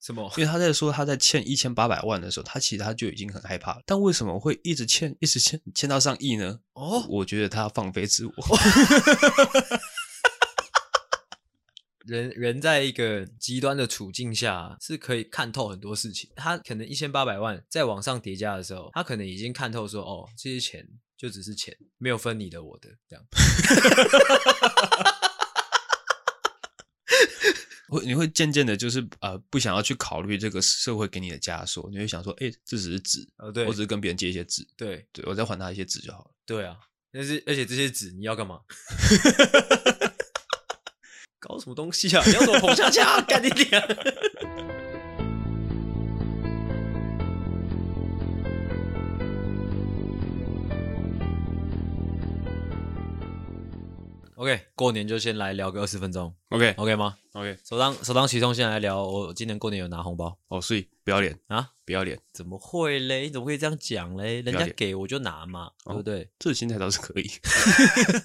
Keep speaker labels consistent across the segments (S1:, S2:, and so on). S1: 什么？
S2: 因为他在说他在欠一千八百万的时候，他其实他就已经很害怕了，但为什么会一直欠，一直欠，欠到上亿呢？
S1: 哦，
S2: 我觉得他放飞自我，
S1: 人人在一个极端的处境下是可以看透很多事情。他可能一千八百万再往上叠加的时候，他可能已经看透说，哦，这些钱就只是钱，没有分你的我的这样。
S2: 会你会渐渐的，就是呃，不想要去考虑这个社会给你的枷锁，你会想说，哎、这只是纸，
S1: 哦，对
S2: 我只是跟别人借一些纸，
S1: 对
S2: 对我再还他一些纸就好了。
S1: 对啊，但是而且这些纸你要干嘛？搞什么东西啊？你要怎么捧下去啊？干你点！OK，过年就先来聊个二十分钟
S2: OK
S1: ，OK 吗？
S2: OK，
S1: 首当首当其冲，先来聊我今年过年有拿红包
S2: 哦，所以不要脸，
S1: 啊？
S2: 不要脸，
S1: 怎么会嘞？你怎么可以这样讲嘞？人
S2: 了
S1: 家
S2: 解
S1: 给我就拿嘛，对不对？
S2: 这个心态倒是 可以。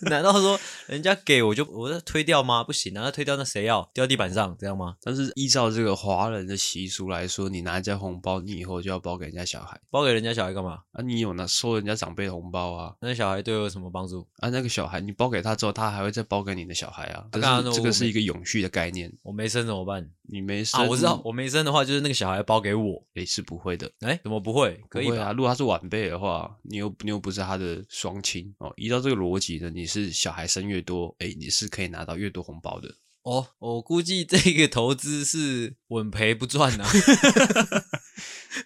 S1: 难道说人家给我就我要推掉吗？不行啊，那推掉那谁要掉地板上这样吗？
S2: 但是依照这个华人的习俗来说，你拿人家红包，你以后就要包给人家小孩
S1: 包给人家小孩干嘛？
S2: 啊，你有拿收人家长辈的红包啊
S1: 那小孩对我有什么帮助？
S2: 啊，那个小孩你包给他之后，他还会再包给你的小孩啊，这
S1: 当然
S2: 是
S1: 了
S2: 这
S1: 我
S2: 个是
S1: 没
S2: 一个永续的概念，
S1: 我没生怎么办
S2: 你没生
S1: 啊？我知道，我没生的话就是那个小孩包给我，
S2: 也是不会的，
S1: 哎，怎么不会？可以
S2: 不会
S1: 吧？
S2: 啊。如果他是晚辈的话，你又你又不是他的双亲哦，依照这个逻辑呢，你是小孩生越多，哎，你是可以拿到越多红包的。
S1: 哦，我估计这个投资是稳赔不赚啊。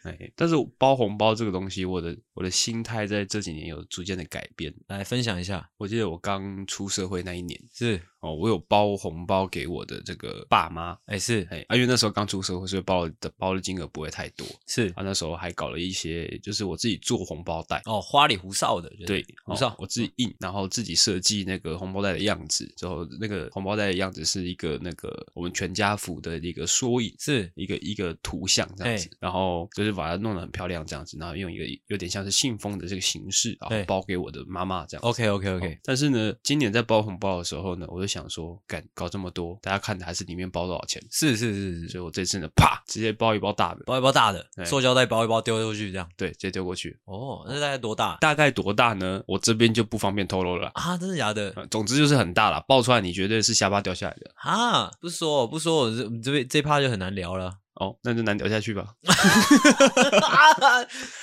S2: 哎，但是包红包这个东西，我的我的心态在这几年有逐渐的改变。
S1: 来分享一下，
S2: 我记得我刚出社会那一年，
S1: 是
S2: 哦，我有包红包给我的这个爸妈，
S1: 哎是
S2: 哎，啊，因为那时候刚出社会，所以包的包的金额不会太多
S1: 是
S2: 啊。那时候还搞了一些，就是我自己做红包袋，
S1: 哦，花里胡哨的，就是
S2: 对，
S1: 胡
S2: 哦
S1: 哨
S2: 我自己印，然后自己设计那个红包袋的样子，之后那个红包袋的样子是一个那个我们全家福的一个缩影。
S1: 是
S2: 一个一个图像这样子，然后就是把它弄得很漂亮这样子，然后用一个有点像是信封的这个形式，然
S1: 对
S2: 后包给我的妈妈这样子。
S1: OK OK OK，
S2: 哎哦但是呢，今年在包红包的时候呢，我就想说，干搞这么多，大家看的还是里面包多少钱，
S1: 是是是是，
S2: 所以我这次呢，啪，直接包一包大的，
S1: 包一包大的，
S2: 对
S1: 塑胶袋包一包丢出去这样。
S2: 对，直接丢过去。
S1: 哦，那大概多大
S2: 大概多大呢？我这边就不方便透露了啦。
S1: 啊？真的假的？
S2: 呃总之就是很大啦，爆出来你绝对是下巴掉下来的
S1: 啊，不说不说，我这我们这边这一趴就很难聊了。
S2: 哦，那就难聊下去吧。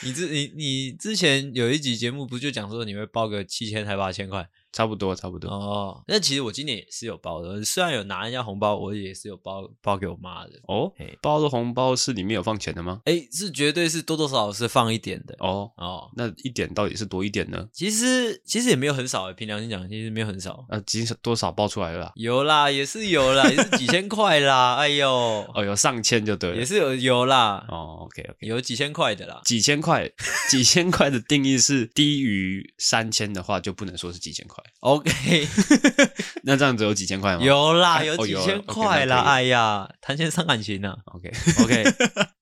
S1: 你之你你之前有一集节目不就讲说你会报个七千还八千块
S2: 差不多，差不多。
S1: 哦？那其实我今年也是有包的，虽然有拿人家红包，我也是有包包给我妈的。
S2: 哦
S1: 嘿，
S2: 包的红包是里面有放钱的吗？
S1: 哎，是绝对是多多少少是放一点的
S2: 哦，
S1: 哦。
S2: 那一点到底是多一点呢？
S1: 其实其实也没有很少欸诶，凭良心讲，其实没有很少，
S2: 啊，几多少爆出来了啦？
S1: 有啦，也是有啦，也是几千块啦。 哎呦，
S2: 哦，有上千就对了。
S1: 也是有有啦，
S2: 哦，OK OK。
S1: 有几千块的啦。
S2: 几千块， 几千块的定义是低于三千的话，就不能说是几千块。哦
S1: OK，
S2: 那这样子有几千块吗？
S1: 有啦，
S2: 哎
S1: 有
S2: 哦
S1: 几
S2: 有
S1: 千
S2: 了，OK，
S1: 块
S2: 那
S1: 啦，
S2: 可以
S1: 哎呀，谈钱伤感情呐、啊
S2: ，OK，
S1: OK，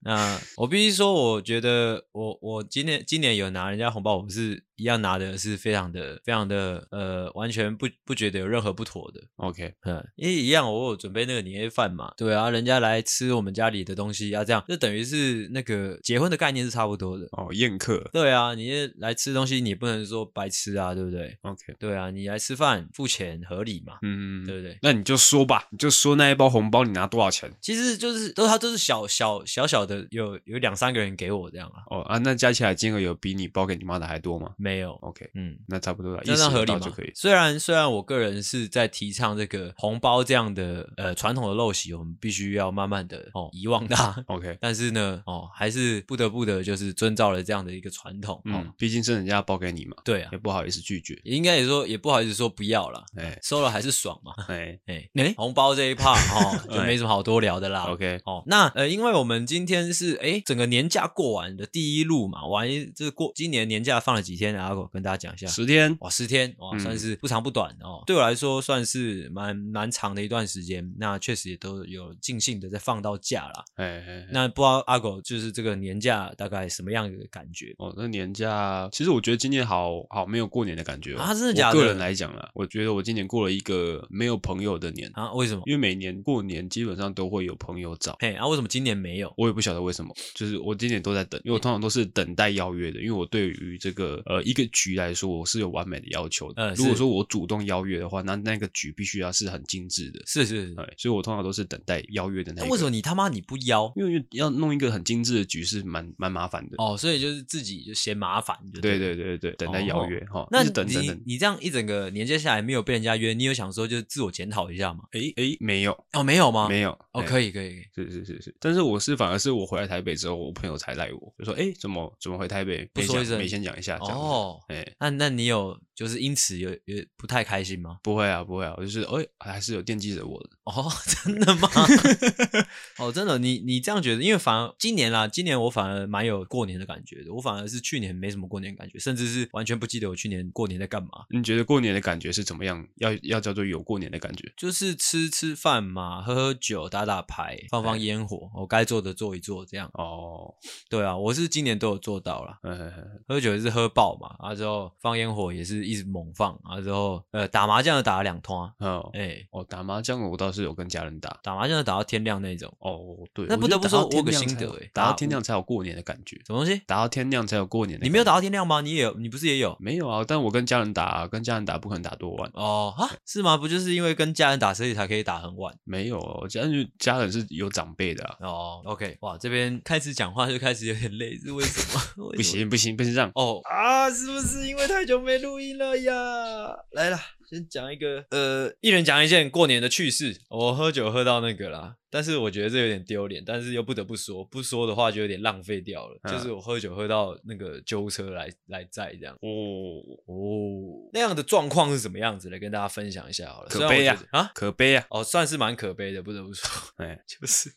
S1: 那我必须说，我觉得我我今年今年有拿人家红包，我是一样拿的，是非常的非常的呃，完全不不觉得有任何不妥的。
S2: OK，
S1: 嗯，因为一样，我有准备那个年夜饭嘛，对啊，人家来吃我们家里的东西啊，这样就等于是那个结婚的概念是差不多的。
S2: 哦，宴客
S1: 对啊，你来吃东西，你也不能说白吃啊，对不对？
S2: ，OK，
S1: 对啊，你来吃饭付钱合理嘛，
S2: 嗯，
S1: 对不对？
S2: 那你就说吧，你就说那一包红包你拿多少钱？
S1: 其实就是都他都是小小小小的，有有两三个人给我这样啊，
S2: 哦啊，那加起来金额有比你包给你妈的还多吗
S1: 没有，
S2: ？OK，
S1: 嗯，
S2: 那差不多了，
S1: 这
S2: 哦意
S1: 样
S2: 思
S1: 合
S2: 得
S1: 理
S2: 到
S1: 吗
S2: 就可以？。。
S1: 虽然虽然我个人是在提倡这个红包这样的呃传统的陋习，我们必须要慢慢的哦遗忘它
S2: OK，
S1: 但是呢，哦，还是不得不的，就是遵照了这样的一个传统。哦，
S2: 嗯，毕竟是人家包给你嘛，
S1: 对啊
S2: 也，不好意思拒绝。
S1: 也应该也说也不好意思说不要啦，
S2: 哎
S1: 收了还是爽嘛。
S2: 哎
S1: 哎、哎，红包这一 part 哦，就没什么好多聊的啦。
S2: ，OK，
S1: 哦，那呃，因为我们今天是哎整个年假过完的第一路嘛，完一这过今年年假放了几天，哎、的阿狗跟大家讲一下。
S2: 十天，
S1: 哇，十天哇，
S2: 嗯
S1: 算是不长不短哦。对我来说，算是蛮蛮长的一段时间。那确实也都有尽兴的在放到假啦。
S2: 哎哎，哎
S1: 那不知道阿狗就是这个年假大概什么样的感觉？
S2: 哦，那年假，其实我觉得今年好好没有过年的感觉、哦、
S1: 啊真的
S2: 我
S1: 假
S2: 个
S1: 的
S2: 人来讲啦，我觉得我今年过了一个没有朋友的年，
S1: 啊，为什么？
S2: 因为每年过年基本上都会有朋友找。
S1: 嘿，啊，为什么今年没有？
S2: 我也不晓得为什么，就是我今年都在等，因为
S1: 嗯
S2: 我通常都是等待邀约的，因为我对于这个呃一个局来说，我是有完美的要求的。
S1: 嗯
S2: 如果
S1: 是
S2: 说我主动邀约的话，那那个局必须要是很精致的，
S1: 是是是，
S2: 对，所以我通常都是等待邀约的那
S1: 那
S2: 呃一个。
S1: 为什么你他妈你不邀？
S2: 因为要弄一个很精致的局是蛮蛮麻烦的。
S1: 哦，所以就是自己就嫌麻烦，就
S2: 对
S1: 了
S2: 对对对，等待邀约哈、
S1: 哦那
S2: 一
S1: 你
S2: 直等等等。
S1: 你这样一整个年接下来没有被人家约，你有想说就是自我检讨一下吗？
S2: 诶诶，没有
S1: 哦，没有吗？
S2: 没有
S1: 哦，
S2: 诶
S1: 可以可以，可以
S2: 是是是是，但是我是反而是我回来台北之后，我朋友才赖我，就说诶，怎么怎么回台北？
S1: 不
S2: 没
S1: 说
S2: 讲
S1: 一声
S2: 没先讲一啊下这样子。哎
S1: 哦。
S2: 诶，
S1: 那那你有就是因此有有不太开心吗？
S2: 不会啊，不会啊，我就是哎，还是有惦记着我的。
S1: 哦，真的吗？ 哦，真的，你你这样觉得？因为反而今年啦，今年我反而蛮有过年的感觉的，我反而是去年没什么过年感觉，甚至是完全不记得我去年过年在干嘛。
S2: 你觉得过年的感觉是怎么样？要要叫做有过年的感觉？
S1: 就是吃吃饭嘛，喝喝酒，打打牌，放放
S2: 哎
S1: 烟火，我、该做的做一做，这样。
S2: 哦，
S1: 对啊，我是今年都有做到啦。
S2: 嘿嘿嘿
S1: 喝酒也是喝爆嘛，啊之后放烟火也是一直猛放，啊之后呃打麻将也打了两通啊，
S2: 哦
S1: 哎、
S2: 哦，打麻将我倒是有跟家人打。
S1: 打麻将打到天亮那种，
S2: 哦，对，
S1: 那
S2: 我
S1: 不
S2: 觉
S1: 得不
S2: 打到
S1: 说我有
S2: 天
S1: 个
S2: 亮
S1: 心
S2: 才
S1: 得
S2: 有
S1: 欸
S2: 打到
S1: 打
S2: 天
S1: 五
S2: 亮才有过年的感觉，
S1: 什么东西？
S2: 打到天亮才有过年的。
S1: 你没有打到？天亮吗？你也有，你不是也有？
S2: 没有啊，但我跟家人打啊，跟家人打不可能打多晚。
S1: 哦啊，是吗？不就是因为跟家人打，所以才可以打很晚
S2: 没有哦，家人家人是有长辈的、啊，
S1: 哦。OK，哇，这边开始讲话就开始有点累，是为什么？ 为
S2: 不
S1: 什么
S2: 行不行不行这样。
S1: 哦啊，是不是因为太久没录音了呀？来啦，先讲一个，呃，一人讲一件过年的趣事。我喝酒喝到那个啦，但是我觉得这有点丢脸，但是又不得不说，不说的话就有点浪费掉了。
S2: 嗯
S1: 就是我喝酒喝到那个救护车来来载这样。
S2: 哦，
S1: 哦，那样的状况是什么样子？来跟大家分享一下好了。
S2: 可
S1: 虽然我
S2: 悲啊
S1: 觉得啊！
S2: 可悲啊！
S1: 哦，算是蛮可悲的，不得不说，
S2: 哎，
S1: 就是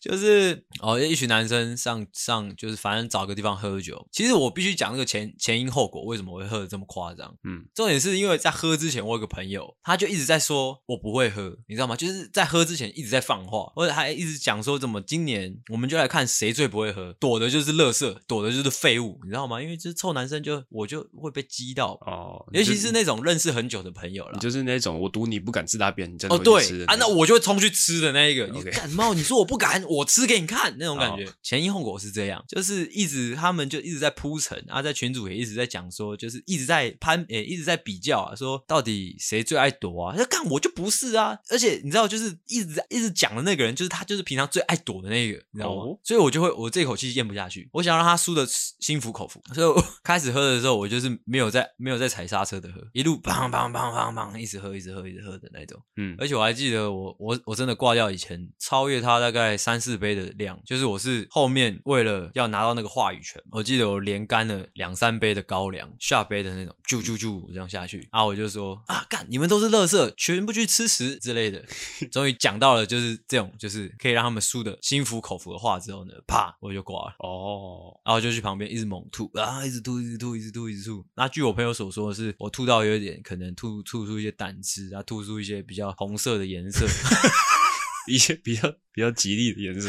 S1: 就是哦，一群男生上上就是反正找个地方喝酒。其实我必须讲那个前前因后果，为什么我会喝的这么夸张？
S2: 嗯，
S1: 重点是因为在喝之前，我有个朋友，他就一直在说我不会喝，你知道吗？就是在喝之前一直在放话，或者还一直讲说怎么今年我们就来看谁最不会喝，躲的就是垃圾，躲的就是废物，你知道吗？因为就是臭男生就我就会被激到，
S2: 哦，
S1: 尤其
S2: 你就是
S1: 那种认识很久的朋友啦
S2: 你。就是那种我赌你不敢自大便，你真的
S1: 哦，
S2: 会去吃
S1: 对
S2: 的
S1: 啊，那
S2: 种
S1: 我就会冲去吃的那一个。你
S2: OK
S1: 感冒，你说我不敢，我吃给你看那种感觉。前因后果是这样，就是一直他们就一直在铺陈啊，在群主也一直在讲说，就是一直在攀，也一直在比较啊，说到底谁最爱躲啊？那干我就不是啊，而且你知道，就是一直在一直讲的那个人，就是他，就是平常最爱躲的那个，你知道吗？
S2: 哦
S1: 所以我就会我这口气咽不下去，我想让他输的心服口服，所以我 开始喝的时候，我就是没有在没有在踩刹车的喝，一路砰砰砰砰砰一直喝一直喝一直喝的那种。
S2: 嗯，
S1: 而且我还记得我我我真的挂掉以前超越他大概三四杯的量，就是我是后面为了要拿到那个话语权，我记得我连干了两三杯的高粱，下杯的那种，啾啾啾这样下去啊，我就说啊干，你们都是垃圾，全部去吃屎之类的。终于讲到了就是这种就是可以让他们输的心服口服的话之后呢，啪我就挂了。
S2: 哦，
S1: 然后就去旁边一直猛吐啊，一直吐，一直吐，一直吐，一直吐。那据我朋友所说的是，我吐到有点可能吐吐出一些胆汁啊，吐出一些比较红色的颜色
S2: 一些比较比较吉利的颜色，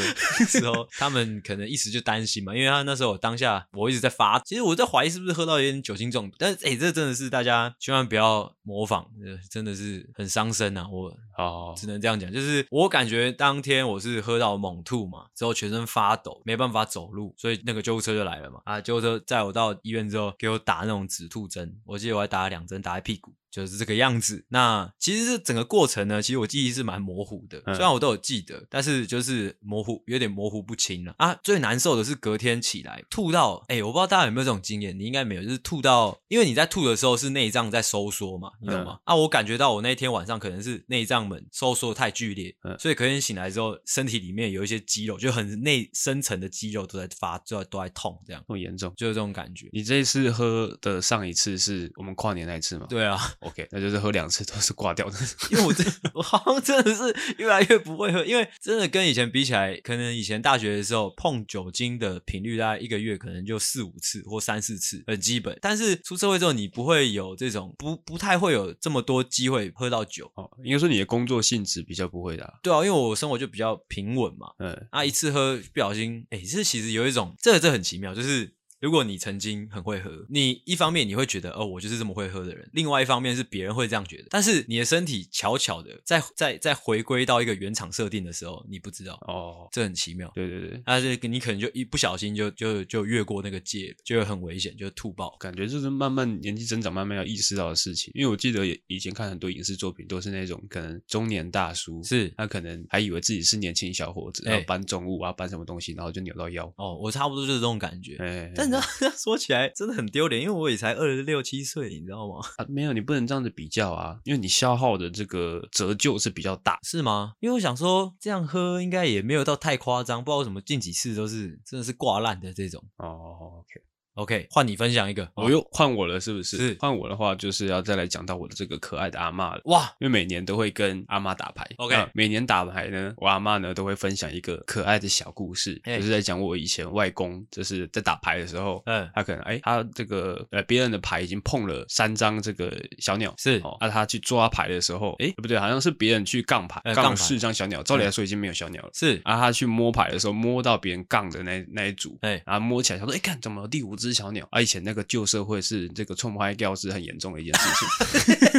S1: 之后，他们可能一时就担心嘛，因为他那时候我当下我一直在发，其实我在怀疑是不是喝到有点酒精中毒，但是哎、这真的是大家千万不要模仿，呃真的是很伤身啊，我
S2: 哦，
S1: 只能这样讲，就是我感觉当天我是喝到猛吐嘛，之后全身发抖，没办法走路，所以那个救护车就来了嘛。啊，救护车载我到医院之后，给我打那种止吐针，我记得我还打了两针，打在屁股。就是这个样子。那其实这整个过程呢，其实我记忆是蛮模糊的，
S2: 嗯
S1: 虽然我都有记得，但是就是模糊，有点模糊不清了啊。最难受的是隔天起来吐到，哎、我不知道大家有没有这种经验，你应该没有，就是吐到，因为你在吐的时候是内脏在收缩嘛，你懂吗？啊，我感觉到我那天晚上可能是内脏们收缩得太剧烈，
S2: 嗯
S1: 所以隔天醒来之后，身体里面有一些肌肉，就很内深层的肌肉都在发，都在都在痛，这样
S2: 这么严重。
S1: 就是这种感觉。
S2: 你这一次喝的上一次是我们跨年那一次吗？
S1: 对啊，
S2: OK，那就是喝两次都是挂掉的。
S1: 因为我真 我好像真的是越来越不会喝，因为真的跟以前比起来，可能以前大学的时候碰酒精的频率大概一个月可能就四五次或三四次，很基本。但是出社会之后，你不会有这种不不太会有这么多机会喝到酒。
S2: 哦，应该说你的工作性质比较不会的啊、
S1: 对啊，因为我生活就比较平稳嘛，
S2: 嗯，
S1: 啊，一次喝不小心，哎、这其实有一种，这个这很奇妙，就是如果你曾经很会喝，你一方面你会觉得哦，我就是这么会喝的人，另外一方面是别人会这样觉得，但是你的身体巧巧的在在在回归到一个原厂设定的时候，你不知道，
S2: 哦，
S1: 这很奇妙。
S2: 对对对，
S1: 但是你可能就一不小心就就就越过那个界，就很危险，就吐爆。
S2: 感觉就是慢慢年纪增长，慢慢要意识到的事情。因为我记得也以前看很多影视作品，都是那种可能中年大叔，
S1: 是
S2: 他可能还以为自己是年轻小伙子，然
S1: 哎
S2: 后搬重物啊，搬什么东西，然后就扭到腰。
S1: 哦，我差不多就是这种感觉。
S2: 哎，
S1: 但你 知道，说起来真的很丢脸，因为我也才二十六七岁，你知道吗？
S2: 啊，没有，你不能这样子比较啊，因为你消耗的这个折旧是比较大。
S1: 是吗？因为我想说，这样喝应该也没有到太夸张，不知道为什么近几次都是真的是挂烂的这种。
S2: 哦，OK，
S1: OK，换你分享一个，
S2: 我又换我了，是不是？
S1: 是
S2: 换我的话，就是要再来讲到我的这个可爱的阿嬷了。
S1: 哇，
S2: 因为每年都会跟阿妈打牌
S1: OK
S2: 那每年打牌呢，我阿妈呢都会分享一个可爱的小故事，
S1: 嘿
S2: 就是在讲我以前外公就是在打牌的时候，
S1: 嗯，
S2: 他可能哎、他这个呃别人的牌已经碰了三张这个小鸟，
S1: 是
S2: 哦，那、他去抓牌的时候，哎、不对，好像是别人去杠牌，
S1: 呃
S2: 杠
S1: 杠
S2: 了
S1: 牌嗯
S2: 四张小鸟，照理来说已经没有小鸟了，
S1: 是，
S2: 啊，他去摸牌的时候摸到别人杠的那那一组，
S1: 哎、
S2: 然后摸起来，想说，哎、看怎么有第五只小鸟？啊，以前那个旧社会是这个冲拍掉是很严重的一件事情，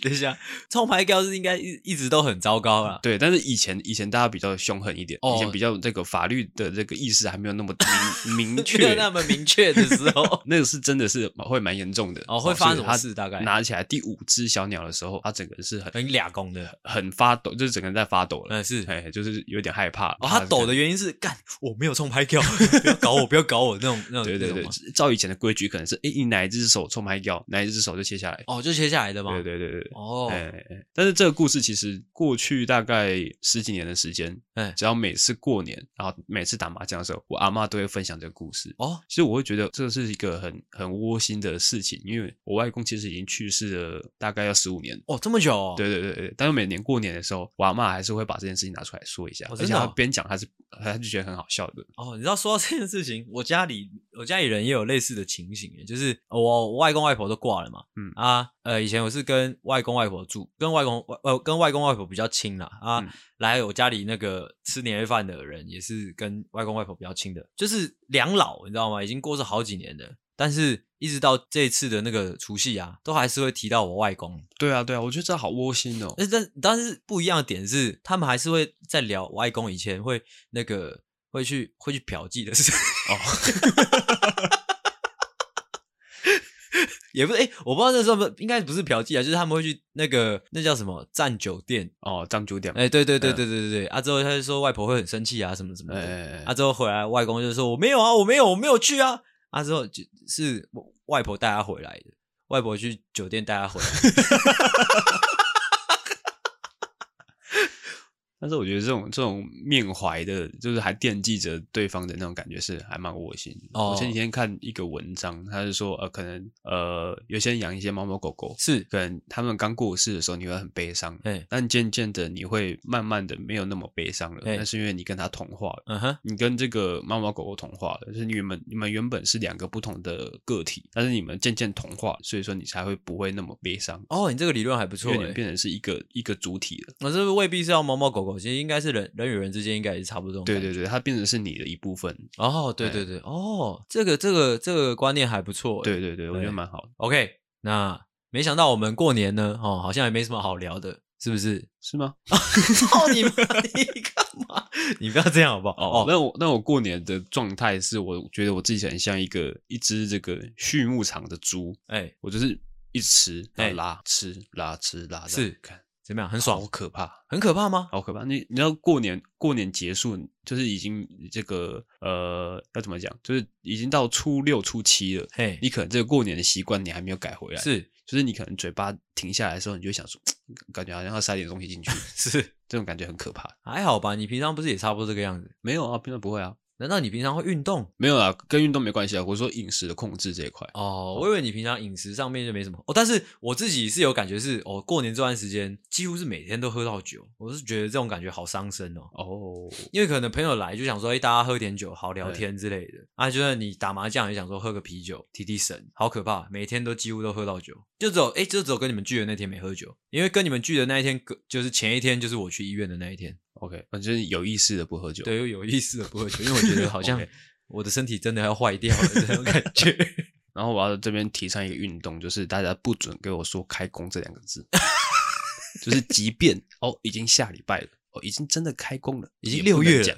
S1: 等一下，冲牌标志应该一一直都很糟糕啦。
S2: 对，但是以前以前大家比较凶狠一点，
S1: 哦
S2: 以前比较这个法律的这个意识还没有那么 明明
S1: 没有
S2: 确，，
S1: 那么明确的时候
S2: 那个是真的是会蛮严重的
S1: 哦会发
S2: 所以
S1: 生什么
S2: 他
S1: 事大概
S2: 拿起来第五只小鸟的时候，他整个人是很
S1: 很俩公的，
S2: 很发抖，就是整个人在发抖了，
S1: 嗯是。
S2: 哎，就是有点害怕。
S1: 哦，他抖
S2: 可
S1: 的
S2: 能。
S1: 原因是干，我没有冲牌 标，不要搞我，不要搞我那种那种
S2: 对对
S1: 那
S2: 对
S1: 种吗，
S2: 照以前的规矩，可能是哎，你哪一只手冲拍掉，哪一只手就切下来。
S1: 哦，就切下来的嘛。
S2: 对对对对对。
S1: 哦，
S2: 哎、哎哎但是这个故事其实过去大概十几年的时间，
S1: 哎
S2: 只要每次过年，然后每次打麻将的时候，我阿嬷都会分享这个故事。
S1: 哦，
S2: 其实我会觉得这是一个很很窝心的事情，因为我外公其实已经去世了，大概要十五年。
S1: 哦，这么久、哦？
S2: 对对对对，但是每年过年的时候，我阿嬷还是会把这件事情拿出来说一下，
S1: 哦
S2: 而
S1: 真
S2: 且
S1: 的
S2: 她
S1: 哦
S2: 边讲，她是她就觉得很好笑的。
S1: 哦，你知道说到这件事情，我家里我家里人也有类似的情形耶，就是呃我我外公外婆都挂了嘛，
S2: 嗯
S1: 啊，呃，以前我是跟外公外婆住，跟外公外呃跟外公外婆比较亲啦，啊，
S2: 嗯
S1: 来我家里那个吃年夜饭的人也是跟外公外婆比较亲的，就是两老，你知道吗？已经过世好几年了，但是一直到这一次的那个除夕啊，都还是会提到我外公，
S2: 对啊对啊，我觉得这好窝心哦。
S1: 但是但但是不一样的点是，他们还是会在聊我外公以前会那个会去会去嫖妓的事哦。 也不是哎、我不知道那时候不应该不是嫖妓啊，就是他们会去那个那叫什么占酒店，
S2: 哦，张九点，
S1: 哎、对对对对对对对，啊之后他就说外婆会很生气啊什么什么
S2: 哎
S1: 的，
S2: 哎
S1: 啊之后回来外公就说我没有啊我没有我没有去啊，啊之后就是外婆带他回来的，外婆去酒店带他回来，
S2: 但是我觉得这种这种缅怀的，就是还惦记着对方的那种感觉是还蛮窝心的。
S1: 哦
S2: 我前几天看一个文章，他是说呃，可能呃，有些人养一些猫猫狗狗，
S1: 是，
S2: 可能他们刚过世的时候你会很悲伤，
S1: 哎、
S2: 但渐渐的你会慢慢的没有那么悲伤了，
S1: 哎
S2: 那是因为你跟它同化了。
S1: 嗯哼。
S2: 你跟这个猫猫狗狗同化了，就是你们你们原本是两个不同的个体，但是你们渐渐同化，所以说你才会不会那么悲伤，
S1: 哦，你这个理论还不错、
S2: 因为你们
S1: 欸。
S2: 变成是一个一个主体了。
S1: 我这未必是要猫猫狗狗，其实应该是人人与人之间应该也是差不多这种
S2: 对
S1: 感觉。
S2: 对对，它变成是你的一部分，
S1: 哦，对对对，哦，这个这个这个观念还不错、欸。
S2: 对对对，我觉
S1: 对
S2: 得蛮好的，
S1: ，OK，那没想到我们过年呢，哦，好像也没什么好聊的，是 不是？
S2: 是吗？
S1: 操你妈！你干嘛？ 你不要这样好不好？
S2: 哦，
S1: 哦，
S2: 那我那我过年的状态是，我觉得我自己很像一个一只这个畜牧场的猪，
S1: 哎、
S2: 我就是一吃然
S1: 哎
S2: 后拉吃拉吃拉，这
S1: 是
S2: 样看
S1: 怎么样？很
S2: 好
S1: 爽，
S2: 可怕，
S1: 很可怕吗？
S2: 好可怕！你你知道过年过年结束，就是已经这个呃要怎么讲，就是已经到初六初七了。
S1: 嘿，
S2: 你可能这个过年的习惯你还没有改回来，
S1: 是
S2: 就是你可能嘴巴停下来的时候，你就会想说，感觉好像要塞点东西进去，
S1: 是
S2: 这种感觉很可怕。
S1: 还好吧？你平常不是也差不多这个样子？
S2: 没有啊，平常不会啊，
S1: 难道你平常会运动？
S2: 没有啦，跟运动没关系啊。我说饮食的控制这一块，
S1: 哦，我以为你平常饮食上面就没什么哦，但是我自己是有感觉是，哦，过年这段时间几乎是每天都喝到酒，我是觉得这种感觉好伤身哦，
S2: 哦，
S1: 因为可能朋友来就想说，哎、大家喝点酒，好聊天之类的，啊，就算你打麻将也想说喝个啤酒提提神，好可怕，每天都几乎都喝到酒，就只有哎、就只有跟你们聚的那天没喝酒，因为跟你们聚的那一天，隔就是前一天就是我去医院的那一天，
S2: OK，反正有意识的不喝酒。
S1: 对，又有意思的不喝酒，因为我觉得好 像
S2: OK
S1: 我的身体真的要坏掉了这种感觉。
S2: 然后我要这边提倡一个运动，就是大家不准给我说“开工”这两个 字，就是即便哦已经下礼拜了，哦已经真的开工了，
S1: 已经
S2: 也不能
S1: 六月了
S2: 讲。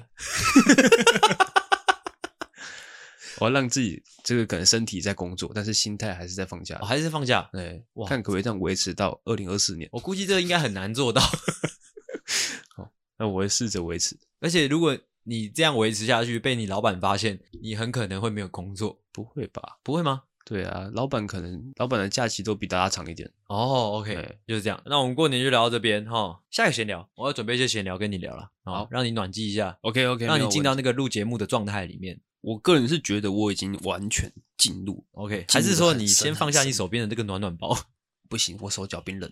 S2: 我要让自己这个可能身体在工作，但是心态还是在放假
S1: 哦、。还是放假，
S2: 对，
S1: 哇
S2: 看可不可以这样维持到二零二四年。
S1: 我估计这应该很难做到。
S2: 那我会试着维持，
S1: 而且如果你这样维持下去，被你老板发现，你很可能会没有工作，
S2: 不会吧？
S1: 不会吗？
S2: 对啊，老板可能老板的假期都比大家长一点。
S1: 哦，OK，
S2: 对
S1: 就是这样。那我们过年就聊到这边哈，下个闲聊，我要准备一些闲聊跟你聊了，
S2: 好
S1: 让你暖机一下，
S2: OK OK，
S1: 让你进到那个录节目的状态里面。
S2: 我个人是觉得我已经完全进入
S1: OK，
S2: 进
S1: 还
S2: 入
S1: 是
S2: 得
S1: 说
S2: 很
S1: 你
S2: 深
S1: 先
S2: 很
S1: 放下你
S2: 深
S1: 手边的那个暖暖包？
S2: 不行，我手脚冰冷。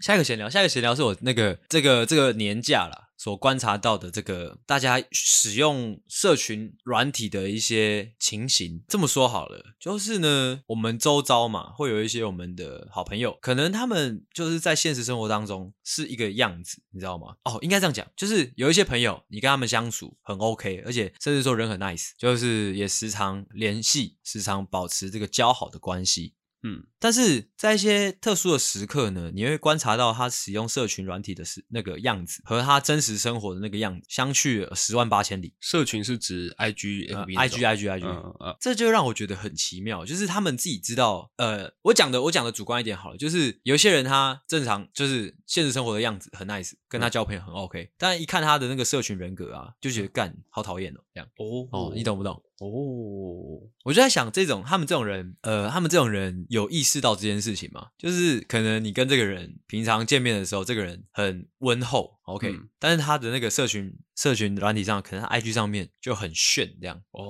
S1: 下一个闲聊，下一个闲聊是我那个这个这个年假啦所观察到的这个大家使用社群软体的一些情形。这么说好了，就是呢，我们周遭嘛，会有一些我们的好朋友，可能他们就是在现实生活当中是一个样子，你知道吗？哦，应该这样讲，就是有一些朋友，你跟他们相处很 OK，而且甚至说人很 nice，就是也时常联系，时常保持这个交好的关系。
S2: 嗯，
S1: 但是在一些特殊的时刻呢，你会观察到他使用社群软体的是那个样子，和他真实生活的那个样子相去十万八千里。
S2: 社群是指 IG、
S1: 呃
S2: FB 那种、
S1: IG IG IG，、
S2: 嗯呃，
S1: 这就让我觉得很奇妙，就是他们自己知道，呃，我讲的我讲的主观一点好了，就是有些人他正常就是现实生活的样子很 nice，跟他交朋友很 OK，、但一看他的那个社群人格啊，就觉得干好讨厌哦，这样
S2: 哦
S1: 哦，你懂不懂？
S2: 哦，
S1: 我就在想，这种他们这种人，呃，他们这种人有意识到这件事情吗？就是可能你跟这个人平常见面的时候，这个人很温厚，OK，、
S2: 嗯
S1: 但是他的那个社群社群软体上，可能他 IG 上面就很炫这样。
S2: 哦，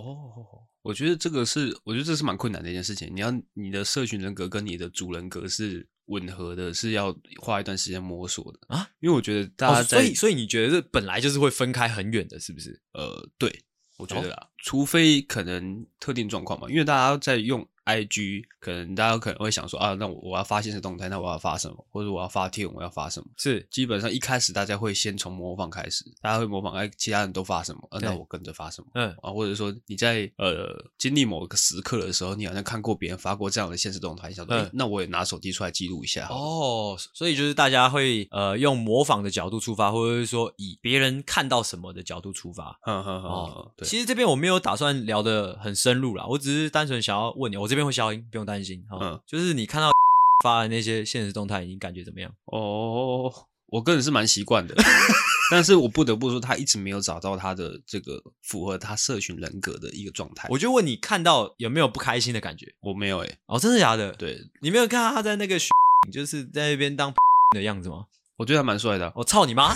S2: 我觉得这个是，我觉得这是蛮困难的一件事情。你要你的社群人格跟你的主人格是吻合的，是要花一段时间摸索的
S1: 啊。
S2: 因为我觉得大
S1: 哦，
S2: 家在、
S1: 所以所以你觉得这本来就是会分开很远的，是不是？
S2: 呃，对，我觉得啦，除非可能特定状况嘛，因为大家在用 IG，可能大家可能会想说啊，那我我要发现实动态，那我要发什么，或者我要发贴文，我要发什么。
S1: 是
S2: 基本上一开始大家会先从模仿开始，大家会模仿，哎，其他人都发什么，呃、
S1: 对
S2: 那我跟着发什么
S1: 嗯，
S2: 啊，或者说你在呃经历某个时刻的时候，你好像看过别人发过这样的现实动态，你想说，
S1: 嗯
S2: 哎那我也拿手机出来记录一下好了。
S1: 哦，所以就是大家会呃用模仿的角度出发，或者是说以别人看到什么的角度出发，
S2: 哼嗯哼哼哼
S1: 哦
S2: 哼，，对，
S1: 其实这边我没有打算聊的很深入啦，我只是单纯想要问你，我这边会消音，不用担心。哦、
S2: 嗯
S1: 就是你看到 发的那些现实动态，你感觉怎么样？
S2: 哦，我个人是蛮习惯的， 但是我不得不说，他一直没有找到他的这个符合他社群人格的一个状态。
S1: 我就问你看到有没有不开心的感觉？
S2: 我没有哎、
S1: 哦，真的假的？，
S2: 对
S1: 你没有看到他在那个就是在那边当的样子吗？
S2: 我觉得还蛮帅的啊。
S1: 我、哦操你 妈！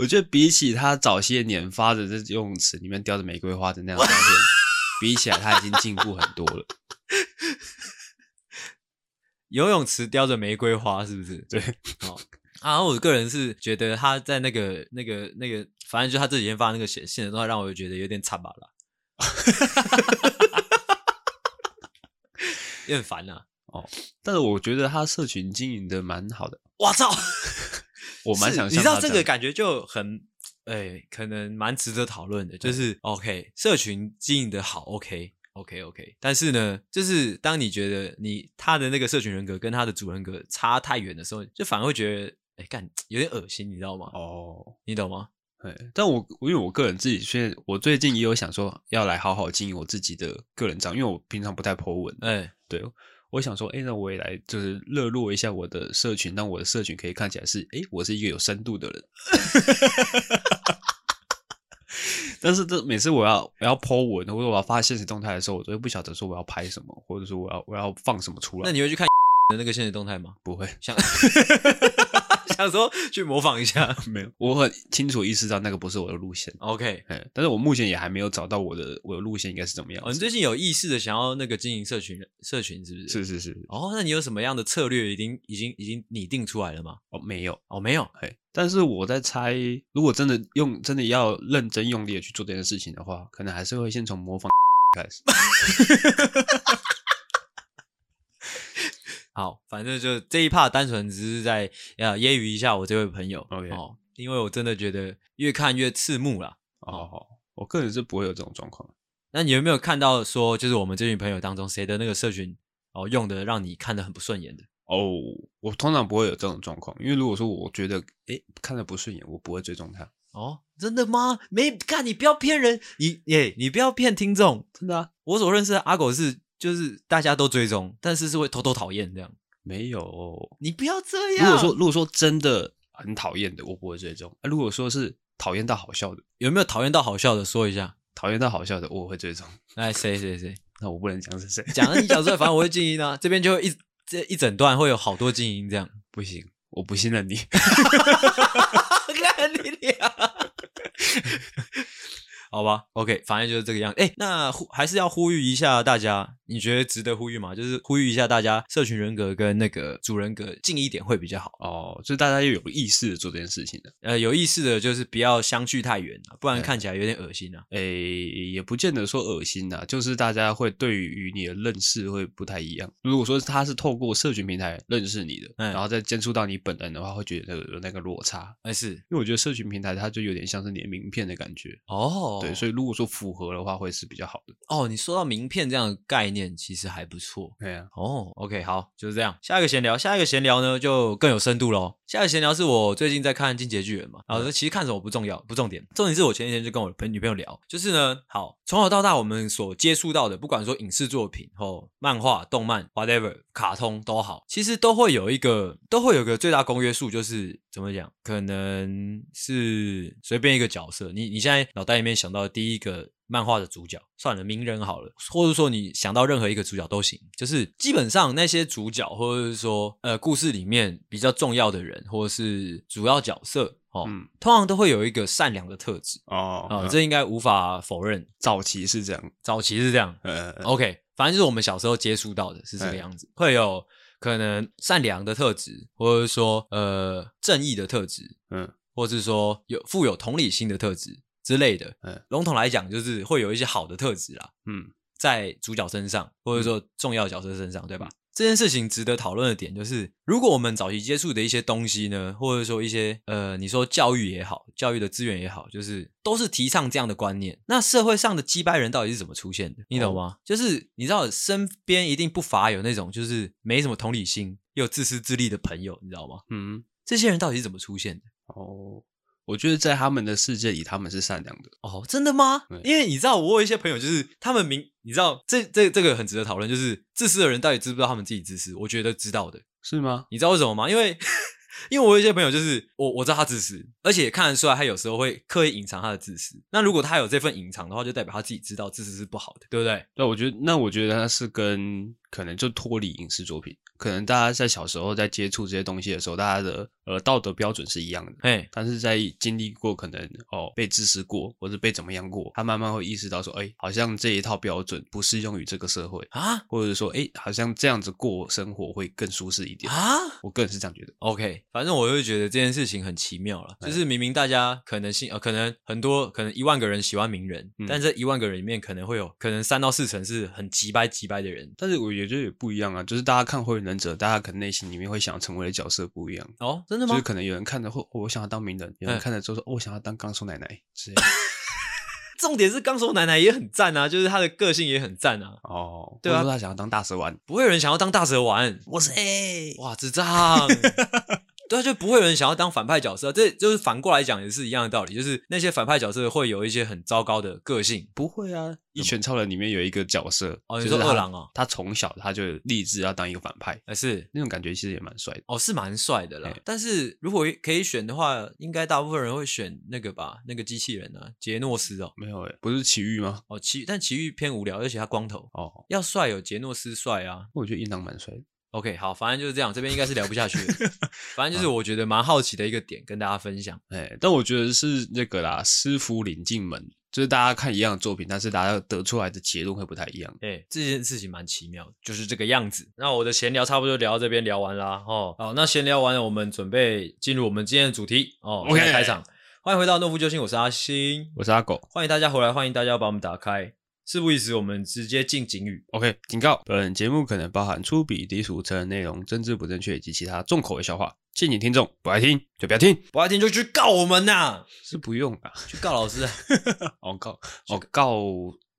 S2: 我觉得比起他早些年发的这游泳池里面叼着玫瑰花的那样的照片，比起来他已经进步很多了。
S1: 游泳池叼着玫瑰花，是不是？
S2: 对，
S1: 好、啊，我个人是觉得他在那个、那个、那个，反正就他这几天发那个现现实动态，让我觉得有点惨吧 啦，有点烦呐、啊。
S2: 但是我觉得他社群经营的蛮好的，
S1: 我操，
S2: 我蛮想
S1: 是
S2: 像
S1: 你知道
S2: 他
S1: 这
S2: 样
S1: 个感觉就很。哎，可能蛮值得讨论的，就是 OK，社群经营的好，OK，OK，OK。但是呢，就是当你觉得你他的那个社群人格跟他的主人格差太远的时候，就反而会觉得，哎，干有点恶心，你知道吗？
S2: 哦。
S1: 你懂吗？
S2: 对，但我因为我个人自己现在，我最近也有想说要来好好经营我自己的个人账，因为我平常不太 po 文，
S1: 哎，
S2: 对，我想说，哎、那我也来就是热络一下我的社群，让我的社群可以看起来是，哎、我是一个有深度的人。 但是这每次我要我要 po 文或者我要发现实动态的时候，我都会不晓得说我要拍什么，或者 说我要我要放什么出来。
S1: 那你会去看的那个现实动态吗？
S2: 不会，
S1: 想想说去模仿 一下。
S2: 没有，我很清楚意识到那个不是我的路线。
S1: OK，
S2: 哎，但是我目前也还没有找到我的我的路线应该是怎么样
S1: 哦，你
S2: 子。
S1: 最近有意识的想要那个经营社群，社群是不是？
S2: 是。是是，
S1: 哦，那你有什么样的策略已经已经已经拟定出来了吗？
S2: 哦，没有，
S1: 哦，没有。
S2: 嘿，但是我在猜，如果真的用真的要认真用力的去做这件事情的话，可能还是会先从模仿 开始。
S1: 好，反正就这一 part 单纯只是在呃揶揄一下我这位朋友
S2: OK
S1: 哦，因为我真的觉得越看越刺目啦。
S2: 哦，我个人是不会有这种状况。
S1: 那你有没有看到说，就是我们这群朋友当中谁的那个社群哦用的让你看得很不顺眼的？
S2: 哦，我通常不会有这种状况，因为如果说我觉得诶看着不顺眼，我不会追踪他。
S1: 哦，真的吗？没看，你不要骗人，你耶，你不要骗听众。
S2: 真的啊？
S1: 我所认识的阿狗是，就是大家都追踪，但是是会偷偷讨厌这样。
S2: 没有，
S1: 你不要这
S2: 如
S1: 样。
S2: 果说如果说真的很讨厌的，我不会追踪；啊如果说是讨厌到好笑的，
S1: 有没有讨厌到好笑的，说一下。
S2: 讨厌到好笑的，我会追踪。
S1: 哎，谁谁谁
S2: 那我不能讲是谁，
S1: 讲了你讲出来，反正我会静音啊。这 边就会一这一整段会有好多静 音这样。
S2: 不行，我不信任你。
S1: 看你俩。 好吧，OK，反正就是这个样。哎、那呼还是要呼吁一下大家，你觉得值得呼吁吗？就是呼吁一下大家，社群人格跟那个主人格近一点会比较好。
S2: 哦，所以大家要有意识的做这件事情的。
S1: 呃，有意识的就是不要相距太远啊，不然
S2: 哎
S1: 看起来有点恶心啊。
S2: 诶，也不见得说恶心呐、就是大家会对于你的认识会不太一样。如果说他是透过社群平台认识你的，
S1: 嗯
S2: 然后再接触到你本人的话，会觉得有那个落差。
S1: 哎、是
S2: 因为我觉得社群平台它就有点像是你的名片的感觉，
S1: 哦，
S2: 对，所以如果说符合的话，会是比较好的。
S1: 哦，你说到名片这样的概念，其实还不错。
S2: 对啊，
S1: 哦，OK，好，就是这样。下一个闲聊，下一个闲聊呢就更有深度喽。下一个闲聊是我最近在看《进阶巨人》嘛，然后其实看什么不重要，不重点，重点是我前几天就跟我的朋女朋友聊，就是呢，好，从小到大我们所接触到的，不管说影视作品、哦、漫画、动漫、whatever、卡通都好，其实都会有一个，都会有一个最大公约数，就是怎么讲，可能是随便一个角色，你你现在脑袋里面想到的第一个漫画的主角，算了，名人好了，或者说你想到任何一个主角都行，就是基本上那些主角，或者是说呃故事里面比较重要的人，或者是主要角色哦，
S2: 嗯，
S1: 通常都会有一个善良的特质
S2: 哦
S1: 啊、这应该无法否认。
S2: 早期是这样，
S1: 早期是这样
S2: 呃，
S1: ，OK，反正就是我们小时候接触到的是这个
S2: 哎
S1: 样子，会有可能善良的特质，或者是说呃正义的特质，
S2: 嗯，
S1: 或是说有富有同理心的特质之类的。
S2: 嗯
S1: 笼统来讲，就是会有一些好的特质啦。
S2: 嗯，
S1: 在主角身上，或者说重要角色身上，对吧？这件事情值得讨论的点就是，如果我们早期接触的一些东西呢，或者说一些呃，你说教育也好，教育的资源也好，就是都是提倡这样的观念。那社会上的鸡掰人到底是怎么出现的？你懂吗？就是你知道身边一定不乏有那种就是没什么同理心又自私自利的朋友，你知道吗？
S2: 嗯，
S1: 这些人到底是怎么出现的？
S2: 哦，我觉得在他们的世界里，他们是善良的。
S1: 哦，真的吗
S2: 对？
S1: 因为你知道，我有一些朋友，就是他们明，你知道，这这这个很值得讨论，就是自私的人到底知不知道他们自己自私？我觉得知道的，
S2: 是吗？
S1: 你知道为什么吗？因为 因为我有一些朋友，就是我我知道他自私，而且看得出来，他有时候会刻意隐藏他的自私。那如果他有这份隐藏的话，就代表他自己知道自私是不好的，对不对？
S2: 对，我觉得那我觉得他是跟可能就脱离影视作品，可能大家在小时候在接触这些东西的时候，大家的呃道德标准是一样的，
S1: 嘿，
S2: 但是在经历过可能哦被自私过，或者被怎么样过，他慢慢会意识到说，哎，好像这一套标准不适用于这个社会，
S1: 啊
S2: 或者说，哎，好像这样子过生活会更舒适一点。
S1: 啊，
S2: 我个人是这样觉得。
S1: OK，反正我就觉得这件事情很奇妙了，
S2: 哎
S1: 就是明明大家可能性呃，可能很多可能一万个人喜欢名人，
S2: 嗯
S1: 但这一万个人里面可能会有可能三到四成是很急掰急掰的人
S2: 但是我也觉得也不一样啊，就是大家看《火影忍者》，大家可能内心里面会想要成为的角色不一样，
S1: 哦，真的
S2: 就
S1: 吗嗯
S2: 是？可能有人看着会、哦我想要当名人，有人看着就说、哦我想要当钢手奶奶之类的。
S1: 重点是刚说奶奶也很赞啊，就是她的个性也很赞啊，
S2: 哦，
S1: 对
S2: 或
S1: 啊
S2: 者说他想要当大蛇丸，
S1: 不会有人想要当大蛇丸，
S2: 我是 A，
S1: 哇，智障。对啊，就不会有人想要当反派角色，啊这就是反过来讲也是一样的道理，就是那些反派角色会有一些很糟糕的个性。
S2: 不会啊，《一拳超人》里面有一个角色，
S1: 哦
S2: 就是
S1: 你说
S2: 他
S1: 二郎哦
S2: 他从小他就立志要当一个反派，
S1: 呃，是
S2: 那种感觉其实也蛮帅的。
S1: 哦，是蛮帅的啦
S2: 嘿。
S1: 但是如果可以选的话，应该大部分人会选那个吧，那个机器人啊，杰诺斯哦。
S2: 没有欸诶，不是奇遇吗？
S1: 哦，奇，但奇遇偏无聊，而且他光头。
S2: 哦，
S1: 要帅有杰诺斯帅啊，
S2: 我觉得应当蛮帅的。
S1: OK，好，反正就是这样，这边应该是聊不下去了。反正就是我觉得蛮好奇的一个点，跟大家分享。
S2: 哎，但我觉得是那个啦，师傅领进门，就是大家看一样的作品，但是大家得出来的结论会不太一样。
S1: 哎、这件事情蛮奇妙的，就是这个样子。那我的闲聊差不多聊到这边聊完啦，哦，好，那闲聊完了，我们准备进入我们今天的主题哦。
S2: OK
S1: 现在开场，欢迎回到诺夫救星，我是阿星，
S2: 我是阿狗
S1: 欢迎大家回来，欢迎大家把我们打开。事不宜迟，我们直接进警语。
S2: ，OK，警告：本节目可能包含粗鄙、低俗、成人内容、政治不正确以及其他重口味笑话，敬请听众不爱听就不要听，
S1: 不爱听就去告我们呐、
S2: 是不用啊。
S1: 去告老师啊，
S2: 哦告哦告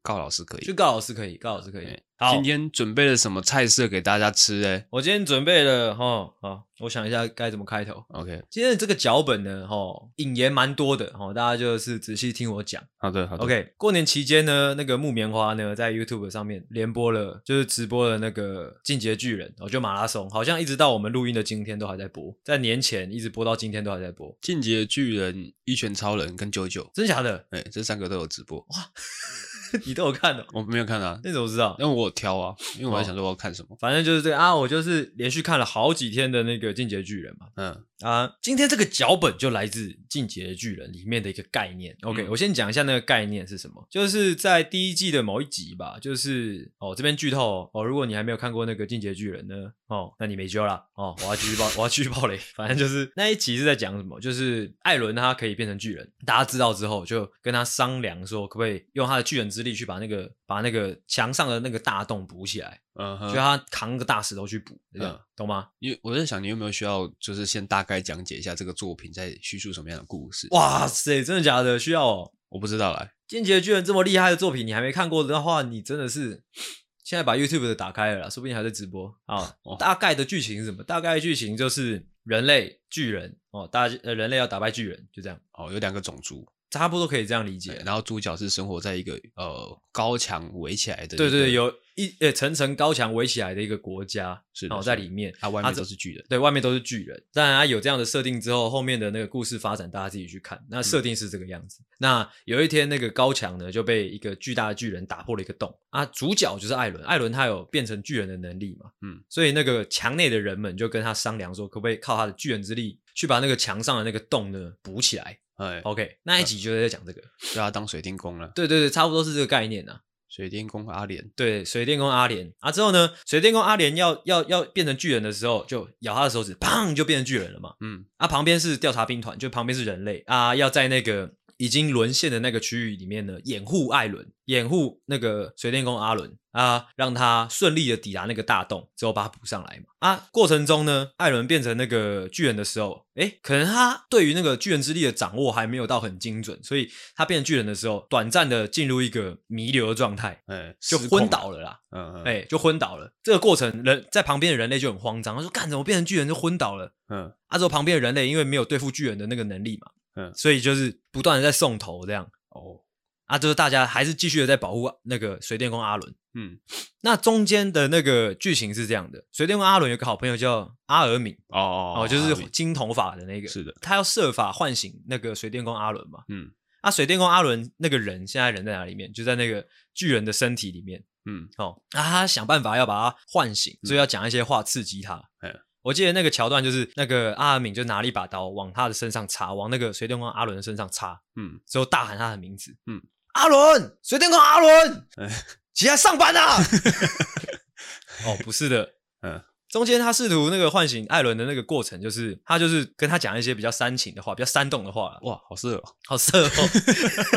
S2: 告老师可
S1: 去
S2: 以。
S1: 告老师可以，告老师可以
S2: 哎。
S1: 好
S2: 今，天准备了什么菜色给大家吃嘞
S1: 我今天准备了哈，好，我想一下该怎么开头。
S2: ？OK，
S1: 今天的这个脚本呢，哈，引言蛮多的，哈，大家就是仔细听我讲。
S2: 好的好的
S1: OK，过年期间呢，那个木棉花呢，在 YouTube 上面连播了，就是直播了那个《进阶巨人》，哦，就马拉松，好像一直到我们录音的今天都还在播，在年前一直播到今天都还在播，
S2: 进阶巨人、一拳超人跟九九，
S1: 真假的？
S2: 哎，这三个都有直播，
S1: 你都有看哦？
S2: 我没有看啊，
S1: 那你怎么知道？
S2: 但我有挑啊，因为我在想说我要看什么。
S1: 反正就是这个啊，我就是连续看了好几天的那个《进阶巨人》嘛，
S2: 嗯，
S1: 啊，今天这个脚本就来自《进阶的巨人》里面的一个概念。OK，、
S2: 嗯
S1: 我先讲一下那个概念是什么，就是在第一季的某一集吧，就是哦这边剧透哦哦，如果你还没有看过那个《进阶的巨人》呢，哦，那你没救啦哦，我要继续爆，我要继续爆雷。反正就是那一集是在讲什么，就是艾伦他可以变成巨人，大家知道之后就跟他商量说，可不可以用他的巨人之力去把那个把那个墙上的那个大洞补起来，
S2: 嗯哼，
S1: 就他扛个大石头去补，这样、
S2: 嗯
S1: 懂吗？
S2: 因为我在想，你有没有需要，就是先大概讲解一下这个作品在叙述什么样的故事？，
S1: 哇塞，真的假的？需要哦。
S2: 我不知道啦。
S1: 《进击的巨人》这么厉害的作品，你还没看过的话，你真的是 现在把 YouTube 的打开了啦，说不定还在直播啊
S2: 哦。
S1: 大概的剧情是什么？大概的剧情就是人类巨人哦，大家呃人类要打败巨人，就这样，
S2: 哦，有两个种族，
S1: 差不多可以这样理
S2: 对
S1: 解。
S2: 然后主角是生活在一个呃高墙围起来的一个，
S1: 对对对，有一呃层层高墙围起来的一个国家，
S2: 是的
S1: 哦
S2: 是
S1: 在
S2: 的
S1: 里面，
S2: 啊，外
S1: 啊
S2: 面
S1: 这
S2: 都是巨人。
S1: 对外面都是巨人。当然，它啊有这样的设定之后，后面的那个故事发展大家自己去看。那设定是这个样子。那有一天，那个高墙呢就被一个巨大的巨人打破了一个洞啊。主角就是艾伦，艾伦他有变成巨人的能力嘛，
S2: 嗯，
S1: 所以那个墙内的人们就跟他商量说，可不可以靠他的巨人之力去把那个墙上的那个洞呢补起来。
S2: 哎，
S1: OK，那一集就是在讲这个，
S2: 就要当水电工了，
S1: 对对对，差不多是这个概念啊。
S2: 水电工阿莲。
S1: 对，水电工阿莲啊，之后呢，水电工阿莲要要要变成巨人的时候，就咬他的手指，砰就变成巨人了嘛。
S2: 嗯，
S1: 啊，旁边是调查兵团，就旁边是人类啊，要在那个已经沦陷的那个区域里面呢，掩护艾伦，掩护那个水电工阿伦啊，让他顺利的抵达那个大洞，之后把他补上来嘛。啊，过程中呢，艾伦变成那个巨人的时候，诶，可能他对于那个巨人之力的掌握还没有到很精准，所以他变成巨人的时候，短暂的进入一个弥留的状态，
S2: 哎，
S1: 就
S2: 失控
S1: 昏倒。了啦。
S2: 嗯嗯，
S1: 哎、就昏倒了。这个过程，人在旁边的人类就很慌张，他说：“干，怎么变成巨人就昏倒了？”
S2: 嗯，
S1: 阿之后啊旁边的人类因为没有对付巨人的那个能力嘛，
S2: 嗯
S1: 所以就是不断的在送头这样。
S2: 哦，
S1: 啊，就是大家还是继续的在保护那个水电工阿伦。
S2: 嗯，
S1: 那中间的那个剧情是这样的：水电工阿伦有个好朋友叫阿尔敏，
S2: 哦哦
S1: 哦，就是
S2: 阿莲
S1: 金头发的那个，
S2: 是的，
S1: 他要设法唤醒那个水电工阿伦嘛。
S2: 嗯
S1: 啊，水电工阿伦那个人现在人在哪里面？就在那个巨人的身体里面。
S2: 嗯，
S1: 哦，啊，他想办法要把他唤醒，所以要讲一些话刺激他。
S2: 嗯
S1: 我记得那个桥段就是那个阿敏就拿了一把刀往他的身上插，往那个水电工阿伦的身上插，
S2: 嗯，
S1: 之后大喊他的名字，
S2: 嗯，
S1: 阿伦，水电工阿伦
S2: 哎，
S1: 起来上班 啊！哦，不是的，
S2: 嗯。
S1: 中间他试图那个唤醒艾伦的那个过程，就是他就是跟他讲一些比较煽情的话，比较煽动的话啦，
S2: 哇，好色哦，
S1: 好色哦。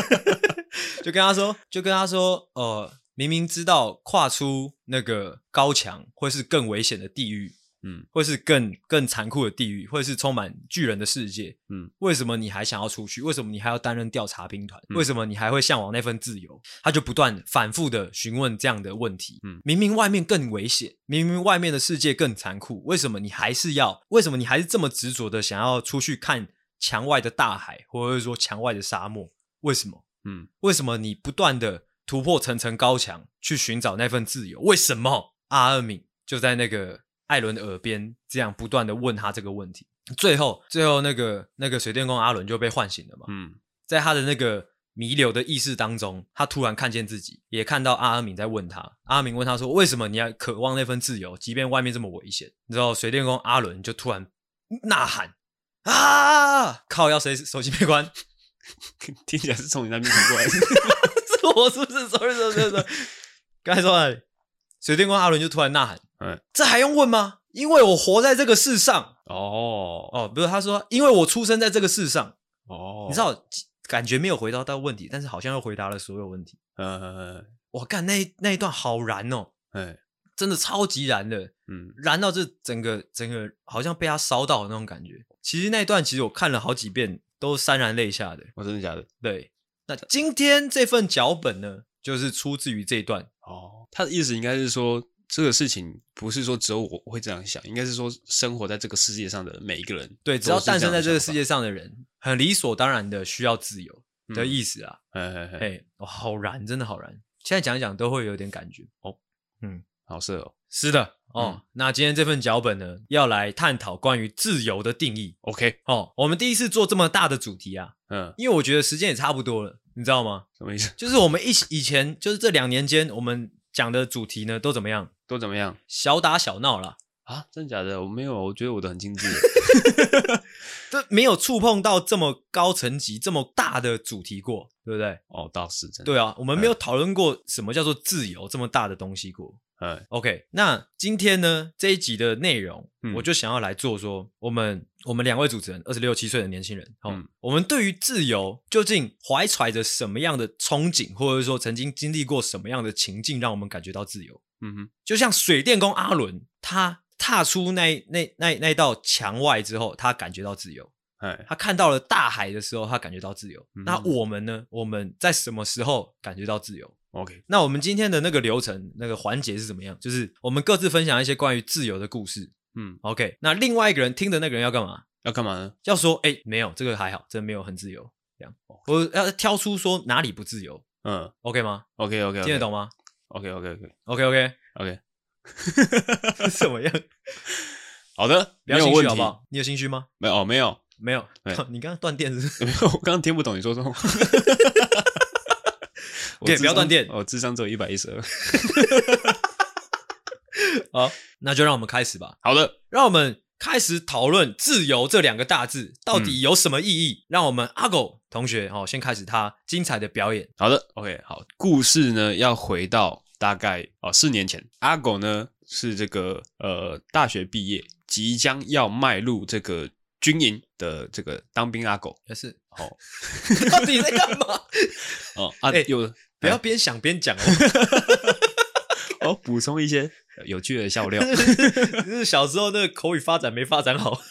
S1: 就跟他说，就跟他说，呃，明明知道跨出那个高墙会是更危险的地狱，
S2: 嗯，
S1: 会是更更残酷的地狱，会是充满巨人的世界，
S2: 嗯，
S1: 为什么你还想要出去？为什么你还要担任调查兵团？
S2: 嗯
S1: 为什么你还会向往那份自由？他就不断反复的询问这样的问题，
S2: 嗯，
S1: 明明外面更危险，明明外面的世界更残酷，为什么你还是要？为什么你还是这么执着的想要出去看墙外的大海，或者说墙外的沙漠？为什么？
S2: 嗯，
S1: 为什么你不断的突破层层高墙去寻找那份自由？为什么阿尔敏就在那个艾伦的耳边这样不断的问他这个问题？最后，最后那个那个水电工阿伦就被唤醒了嘛，
S2: 嗯
S1: 在他的那个弥留的意识当中，他突然看见自己，也看到阿明在问他。阿明问他说：“为什么你要渴望那份自由，即便外面这么危险？”你知道，水电工阿伦就突然呐喊：“啊！靠！要谁手机没关？
S2: 听起来是从你那边传过来的。
S1: 是 我是不是？sorry sorry sorry, sorry。刚才说到哪里？水电工阿伦就突然呐喊：“
S2: 嗯
S1: 这还用问吗？因为我活在这个世上。”
S2: 哦
S1: 哦，不是，他说，因为我出生在这个世上，
S2: 哦，
S1: 你知道，感觉没有回答到问题，但是好像又回答了所有问题。
S2: 呃，
S1: 我干，那一那一段好燃哦，
S2: 哎，
S1: 真的超级燃的，
S2: 嗯，
S1: 燃到这整个整个好像被他烧到的那种感觉。其实那一段其实我看了好几遍，都潸然泪下的。
S2: 我真的假的？
S1: 对，那今天这份脚本呢，就是出自于这一段。
S2: 哦，他的意思应该是说，这个事情不是说只有我会这样想，应该是说生活在这个世界上的每一个人，
S1: 对，只要诞生在这个世
S2: 界，
S1: 界上的人，很理所当然的需要自由的
S2: 嗯
S1: 意思啊。
S2: 哎哎哎，
S1: 哎、哇好燃，真的好燃！现在讲一讲都会有点感觉
S2: 哦。
S1: 嗯，
S2: 好色哦
S1: 是的哦。那今天这份脚本呢，要来探讨关于自由的定义
S2: ，OK，
S1: 哦。我们第一次做这么大的主题啊，
S2: 嗯，
S1: 因为我觉得时间也差不多了，你知道吗？
S2: 什么意思？
S1: 就是我们一起以前就是这两年间我们讲的主题呢，都怎么样？
S2: 都怎么样
S1: 小打小闹啦，
S2: 啊？真的假的？我没有，我觉得我的很精致耶，
S1: 都没有触碰到这么高层级、这么大的主题过，对不对？
S2: 哦，倒是真的，
S1: 对啊，我们没有讨论过什么叫做自由这么大的东西过。
S2: 哎，
S1: OK，那今天呢这一集的内容，
S2: 嗯
S1: 我就想要来做说，我们我们两位主持人，二十六七岁的年轻人，哦，
S2: 嗯
S1: 我们对于自由究竟怀揣着什么样的憧憬，或者说曾经经历过什么样的情境，让我们感觉到自由？
S2: 嗯哼，
S1: 就像水电工阿伦，他踏出那那那那道墙外之后，他感觉到自由；
S2: 哎，
S1: 他看到了大海的时候，他感觉到自由。
S2: 嗯
S1: 那我们呢？我们在什么时候感觉到自由？
S2: OK，
S1: 那我们今天的那个流程、那个环节是怎么样？就是我们各自分享一些关于自由的故事。
S2: 嗯，
S1: OK，那另外一个人听的那个人要干嘛？
S2: 要干嘛呢？
S1: 要说哎、诶没有，这个还好，真没有很自由。这样，
S2: 哦
S1: 我要挑出说哪里不自由
S2: 嗯
S1: ，OK 吗？
S2: ，OK，OK，
S1: 听得懂吗
S2: ？OK，OK，OK，OK，
S1: ？OK OK，什么样？
S2: 好的，
S1: 不
S2: 没
S1: 要
S2: 有
S1: 心
S2: 问题
S1: 虚好不，好？你有心虚吗？
S2: 没有，哦没有，
S1: 没有
S2: 对，
S1: 靠 你刚刚断电是不是？
S2: 没有，我刚刚听不懂你说什么。我
S1: 对
S2: 智
S1: 不要断
S2: 商
S1: 电
S2: 我智商只有一百一十二。
S1: 好，那就让我们开始吧。
S2: 好的，
S1: 让我们开始讨论“自由”这两个大字到
S2: 嗯
S1: 底有什么意义。让我们阿狗同学哦，先开始他精彩的表演。
S2: 好的，OK，好。故事呢要回到大概哦四年前，阿狗呢是这个呃大学毕业，即将要迈入这个军营的这个当兵阿狗
S1: 也是，
S2: 哦
S1: 到底在干 嘛？
S2: 哦啊、
S1: 哎
S2: 有
S1: 不要边想边讲哦，
S2: 哎哦补充一些 有趣的 笑料
S1: 就是小时候那个口语发展没发展好，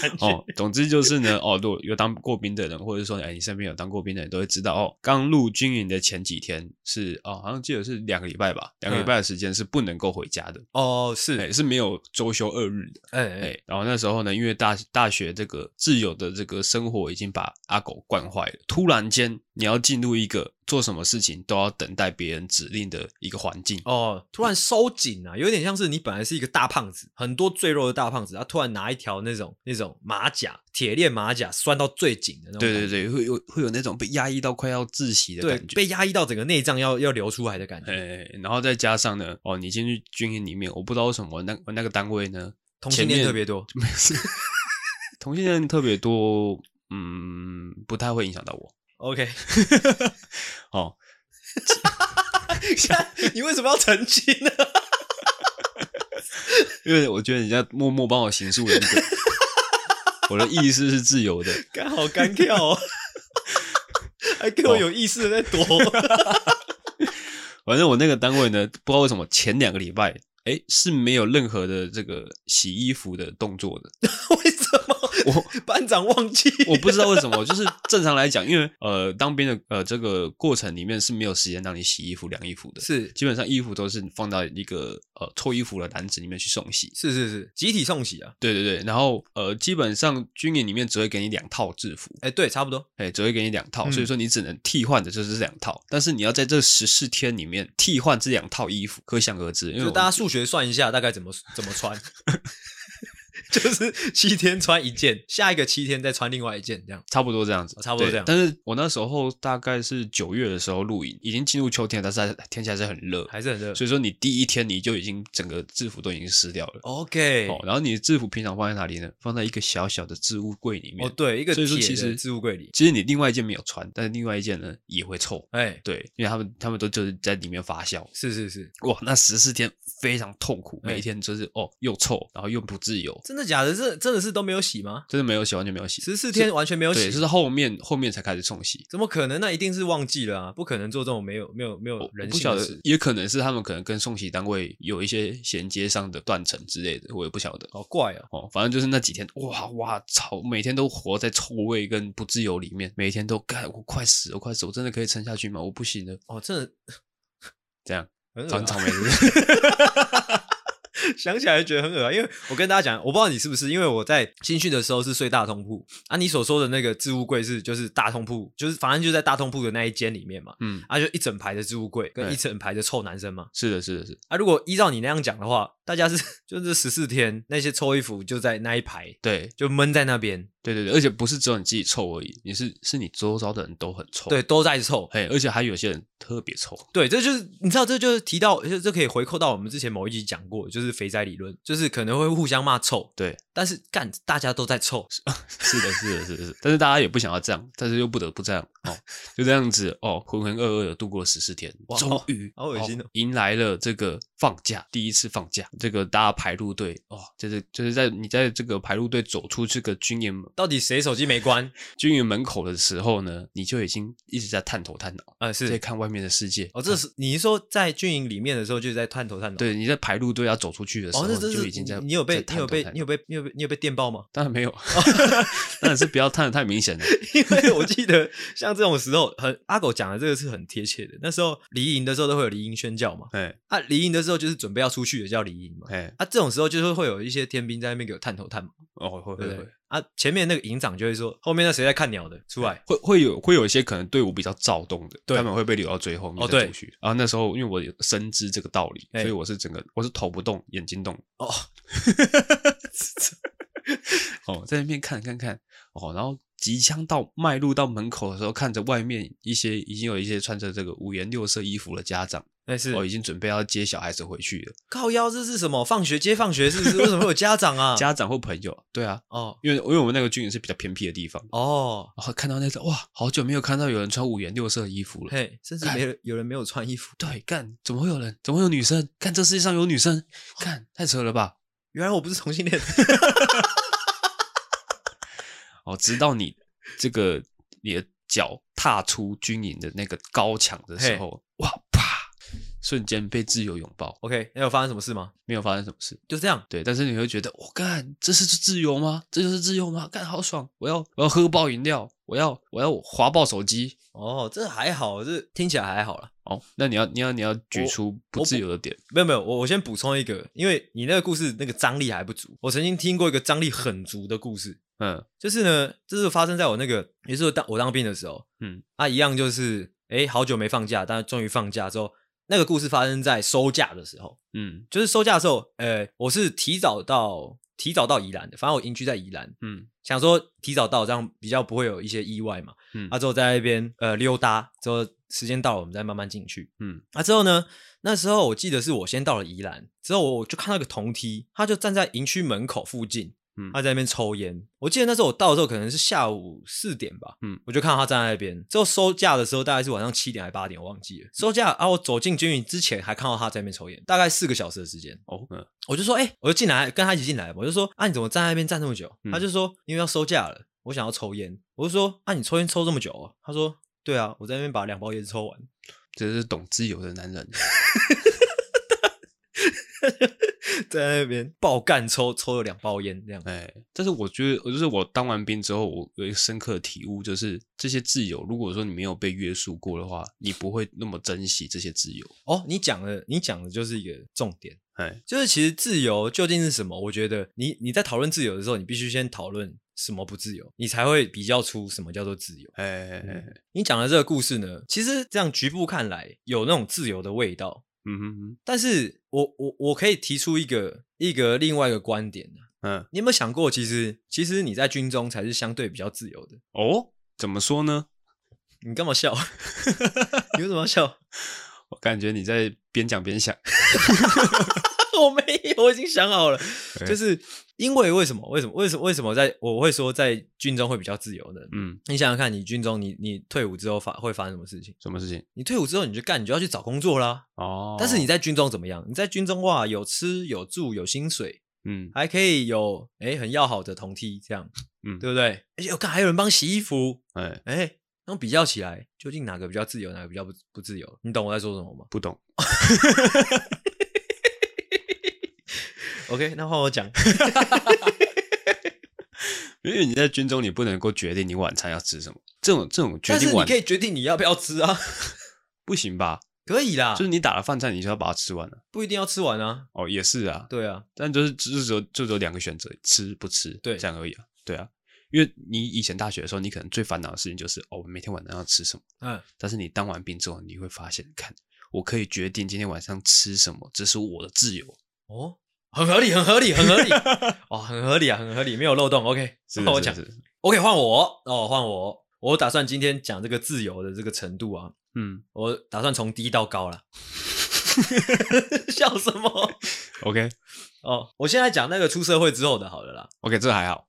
S1: 感觉、
S2: 哦。总之就是呢，哦，如果有当过兵的人，或者说哎，你身边有当过兵的人，都会知道哦，刚入军营的前几天是哦，好像记得是两个礼拜吧，两个礼拜的时间是不能够回家的，
S1: 哦是，
S2: 哎，是没有周休二日的，
S1: 哎、哎、
S2: 哎。然后那时候呢，因为大大学这个自由的这个生活已经把阿狗惯坏了，突然间你要进入一个做什么事情都要等待别人指令的一个环境，
S1: 哦，突然收紧啊，有点像是你本来是一个大胖子，很多赘肉的大胖子，他突然拿一条那种那种马甲铁链马甲拴到最紧的那种感
S2: 对
S1: 觉，
S2: 对对，会有会有那种被压抑到快要窒息的
S1: 对
S2: 感觉，
S1: 被压抑到整个内脏要要流出来的感觉，
S2: 哎，然后再加上呢，哦，你进去军营里面，我不知道为什么那我那个单位呢，
S1: 同性
S2: 前
S1: 恋
S2: 面
S1: 特别多，
S2: 没事， 同性恋特别多，嗯，不太会影响到我
S1: OK，
S2: 哦。
S1: 看你为什么要澄清呢？
S2: 因为我觉得人家默默帮我形塑了一个，我的意识是自由的，
S1: 干好干 跳哦，还给我
S2: 哦
S1: 有意识的在躲。
S2: 反正我那个单位呢，不知道为什么前两个礼拜。哎，是没有任何的这个洗衣服的动作的。
S1: 为什么
S2: 我
S1: 班长忘记？
S2: 我不知道为什么，就是正常来讲，因为呃，当兵的呃这个过程里面是没有时间让你洗衣服、晾衣服的。
S1: 是
S2: 基本上衣服都是放到一个呃臭衣服的篮子里面去送洗。
S1: 是是是，集体送洗啊！
S2: 对对对，然后呃，基本上军营里面只会给你两套制服，
S1: 哎，对，差不多。
S2: 哎，只会给你两套，
S1: 嗯
S2: 所以说你只能替换的就是这两套。但是你要在这十四天里面替换这两套衣服，可想而知，因为
S1: 就
S2: 我
S1: 大家数学算一下，大概怎么怎么穿。 就是七天穿一件，下一个七天再穿另外一件，这样
S2: 差不多这样子，
S1: 哦差不多
S2: 对
S1: 这样
S2: 但是我那时候大概是九月的时候露营，已经进入秋天了，但是还天气还是很热，
S1: 还是很热。
S2: 所以说你第一天你就已经整个制服都已经湿掉了。
S1: OK，
S2: 哦，然后你的制服平常放在哪里呢？放在一个小小的置物柜里面。
S1: 哦，对，一个
S2: 所
S1: 铁
S2: 以说其
S1: 的
S2: 实
S1: 置物柜里，
S2: 其实你另外一件没有穿，但是另外一件呢也会臭。
S1: 哎，
S2: 对，因为他们他们都就是在里面发酵。
S1: 是是是，
S2: 哇，那十四天非常痛苦，
S1: 哎
S2: 每一天就是、哦又臭，然后又不自由，
S1: 真的假的？这真的是都没有洗吗？
S2: 真的没有洗，完全没有洗。
S1: 十四天完全没有
S2: 对，
S1: 洗
S2: 就，是后面后面才开始冲洗。
S1: 怎么可能？那一定是忘记了啊！不可能做这种没有没有没有
S2: 我我
S1: 人
S2: 不
S1: 性
S2: 晓
S1: 的
S2: 得
S1: 事，。
S2: 也可能是他们可能跟送洗单位有一些衔接上的断层之类的，我也不晓得。
S1: 好怪哦！
S2: 哦，反正就是那几天，哇哇操，每天都活在臭味跟不自由里面，每天都干，我快死了，我快死了，我真的可以撑下去吗？我不行了，
S1: 哦，真的
S2: 这样
S1: 很恶
S2: 长
S1: 啊
S2: 草莓是 不是
S1: 想起来觉得很恶啊，因为我跟大家讲，我不知道你是不是，因为我在新训的时候是睡大通铺啊，你所说的那个置物柜是就是大通铺，就是反正就在大通铺的那一间里面嘛，
S2: 嗯，
S1: 啊，就一整排的置物柜跟
S2: 对
S1: 一整排的臭男生嘛，
S2: 是的，是的，是的，
S1: 啊，如果依照你那样讲的话，大家是 就是十四天那些臭衣服就在那一排
S2: 对，
S1: 就闷在那边，
S2: 对对对，而且不是只有你自己臭而已，你是是你周遭的人都很臭，
S1: 对，，都在臭，
S2: 嘿，哎而且还有些人特别臭，
S1: 对，这就是你知道，这就是提到，就这可以回扣到我们之前某一集讲过，就是肥宅理论，就是可能会互相骂臭，
S2: 对，
S1: 但是干大家都在臭，
S2: 是的，是的，是的，是的，但是大家也不想要这样，但是又不得不这样哦，就这样子哦，浑浑噩噩的度过十四天
S1: 哇，
S2: 终于
S1: 好好恶心哦
S2: 迎来了这个放假，第一次放假，这个大家排路队哦，就是就是在你在这个排路队走出这个军营
S1: 到底谁手机没关？
S2: 军营门口的时候呢，你就已经一直在探头探脑，
S1: 呃，
S2: 在
S1: 是
S2: 看外面的世界
S1: 哦，这是你是说在军营里面的时候就在探头探脑，，
S2: 对，你在排路队要走出去的时候，
S1: 哦，那
S2: 你
S1: 这
S2: 就是已经在
S1: 你有
S2: 在
S1: 被你
S2: 探
S1: 有
S2: 头
S1: 被
S2: 探
S1: 你有被你有被你有被电报吗？
S2: 当然没有，当然是不要探的太明显了。
S1: 因为我记得像这种时候，很阿狗讲的这个是很贴切的。那时候离营的时候都会有离营宣教嘛，
S2: 哎
S1: 啊，离营的时候就是准备要出去的叫离营嘛，
S2: 哎，
S1: 啊，这种时候就是会有一些天兵在那边给我探头探脑。
S2: 哦，会会
S1: 对不对
S2: 会。
S1: 啊，前面那个营长就会说，后面那谁在看鸟的出来，
S2: 会会有会有一些可能队伍比较躁动的，
S1: 对
S2: 他们会被留到最后
S1: 哦
S2: 面再
S1: 对
S2: 出去。然后那时候因为我有深知这个道理，
S1: 哎
S2: 所以我是整个我是头不动眼睛动
S1: 哦，
S2: 哦，在那边看看看哦，然后即将到迈入到门口的时候，看着外面一些已经有一些穿着这个五颜六色衣服的家长，
S1: 那是
S2: 哦，已经准备要接小孩子回去了，
S1: 靠腰，这是什么？放学接放学是不是？为什么会有家长 啊？
S2: 家长或朋友，对啊，
S1: 哦
S2: 因为因为我们那个军营是比较偏僻的地方，
S1: 哦，
S2: 然后看到那个哇，好久没有看到有人穿五颜六色的衣服了。
S1: 嘿，甚至没人有人没有穿衣服，
S2: 对，干怎么会有人？怎么会有女生？干这世界上有女生？干太扯了吧！
S1: 原来我不是同性恋，
S2: 哦，直到你这个你的脚踏出军营的那个高墙的时候，哇啪，瞬间被自由拥抱，
S1: OK，那有发生什么事吗？
S2: 没有发生什么事。
S1: 就这样，
S2: 对，但是你会觉得，我、哦干，这是自由吗？这就是自由吗？干好爽！我要我要喝爆饮料，我要我要滑爆手机。
S1: 哦，这还好，这听起来还好啦。
S2: 哦，那你要你要你要举出不自由的点，
S1: 没有没有，我我先补充一个，因为你那个故事那个张力还不足。我曾经听过一个张力很足的故事，
S2: 嗯
S1: 就是呢，这是发生在我那个，也是我当我当兵的时候，
S2: 嗯，
S1: 啊，一样就是，哎，好久没放假，但终于放假之后，那个故事发生在收假的时候，
S2: 嗯
S1: 就是收假的时候，呃，我是提早到提早到宜兰的，反正我营区在宜兰，
S2: 嗯
S1: 想说提早到，这样比较不会有一些意外嘛，
S2: 嗯
S1: 啊，之后在那边呃溜达，之后时间到了，我们再慢慢进去，
S2: 嗯
S1: 啊，之后呢，那时候我记得是我先到了宜兰，之后我就看到一个同梯，他就站在营区门口附近，
S2: 嗯
S1: 他在那边抽烟。我记得那时候我到的时候可能是下午四点吧，
S2: 嗯
S1: 我就看到他站在那边。之后收假的时候大概是晚上七点还八点，我忘记了。收假啊，我走进军营之前还看到他在那边抽烟，大概四个小时的时间。
S2: 哦嗯
S1: 我就说，哎、我就进来跟他一起进来，我就说，啊，你怎么站在那边站那么久？
S2: 嗯
S1: 他就说，因为要收假了，我想要抽烟。我就说，啊，你抽烟抽这么久、哦？他说，对啊，我在那边把两包烟抽完。
S2: 这是懂自由的男人。
S1: 在那边爆干抽抽了两包烟这样。
S2: 哎，但是我觉得，就是我当完兵之后，我有一个深刻的体悟，就是这些自由，如果说你没有被约束过的话，你不会那么珍惜这些自由。
S1: 哦，你讲的你讲的就是一个重点，
S2: 哎，
S1: 就是其实自由究竟是什么？我觉得你你在讨论自由的时候，你必须先讨论什么不自由，你才会比较出什么叫做自由。
S2: 哎，
S1: 你讲的这个故事呢，其实这样局部看来有那种自由的味道，
S2: 嗯哼哼，
S1: 但是我我我可以提出一个一个另外一个观点啊
S2: 嗯，
S1: 你有没有想过，其实其实你在军中才是相对比较自由的？
S2: 哦，怎么说呢？
S1: 你干嘛笑？ 你为什么要笑？
S2: 我感觉你在边讲边想，
S1: 我没有，我已经想好了，就是因为为什么？为什么？为什么？为什么在我会说在军中会比较自由呢？
S2: 嗯，
S1: 你想想看，你军中你你退伍之后发会发生什么事情？
S2: 什么事情？
S1: 你退伍之后你就干，你就要去找工作啦。
S2: 哦，
S1: 但是你在军中怎么样？你在军中哇，有吃有住有薪水，
S2: 嗯
S1: 还可以有哎很要好的同梯，这样
S2: 嗯，
S1: 对不对？而且我看还有人帮洗衣服，
S2: 哎，
S1: 哎，那比较起来，究竟哪个比较自由，哪个比较不不自由？你懂我在说什么吗
S2: 不懂，
S1: ？OK，那换我讲。
S2: 因为你在军中，你不能够决定你晚餐要吃什么，这种这种决
S1: 但是
S2: 定
S1: 你
S2: 晚
S1: 可以决定你要不要吃啊，
S2: 不行吧？
S1: 可以啦，
S2: 就是你打了饭菜，你就要把它吃完了。
S1: 不一定要吃完啊。
S2: 哦，也是啊，
S1: 对啊，
S2: 但就是就是只有就只有两个选择，吃不吃，
S1: 对
S2: 这样而已啊，对啊。因为你以前大学的时候，你可能最烦恼的事情就是哦，我每天晚上要吃什么。
S1: 嗯，
S2: 但是你当完兵之后，你会发现，看我可以决定今天晚上吃什么，这是我的自由。
S1: 哦，很合理，很合理，很合理，哦，很合理啊，很合理，没有漏洞。OK，
S2: 是
S1: 换
S2: 的
S1: 我
S2: 是
S1: 讲
S2: 的。是的
S1: OK，换我哦，换我。我打算今天讲这个自由的这个程度啊，
S2: 嗯
S1: 我打算从低到高啦。 笑什么？
S2: ，OK
S1: 哦，我现在讲那个出社会之后的好了啦，
S2: OK，这还好。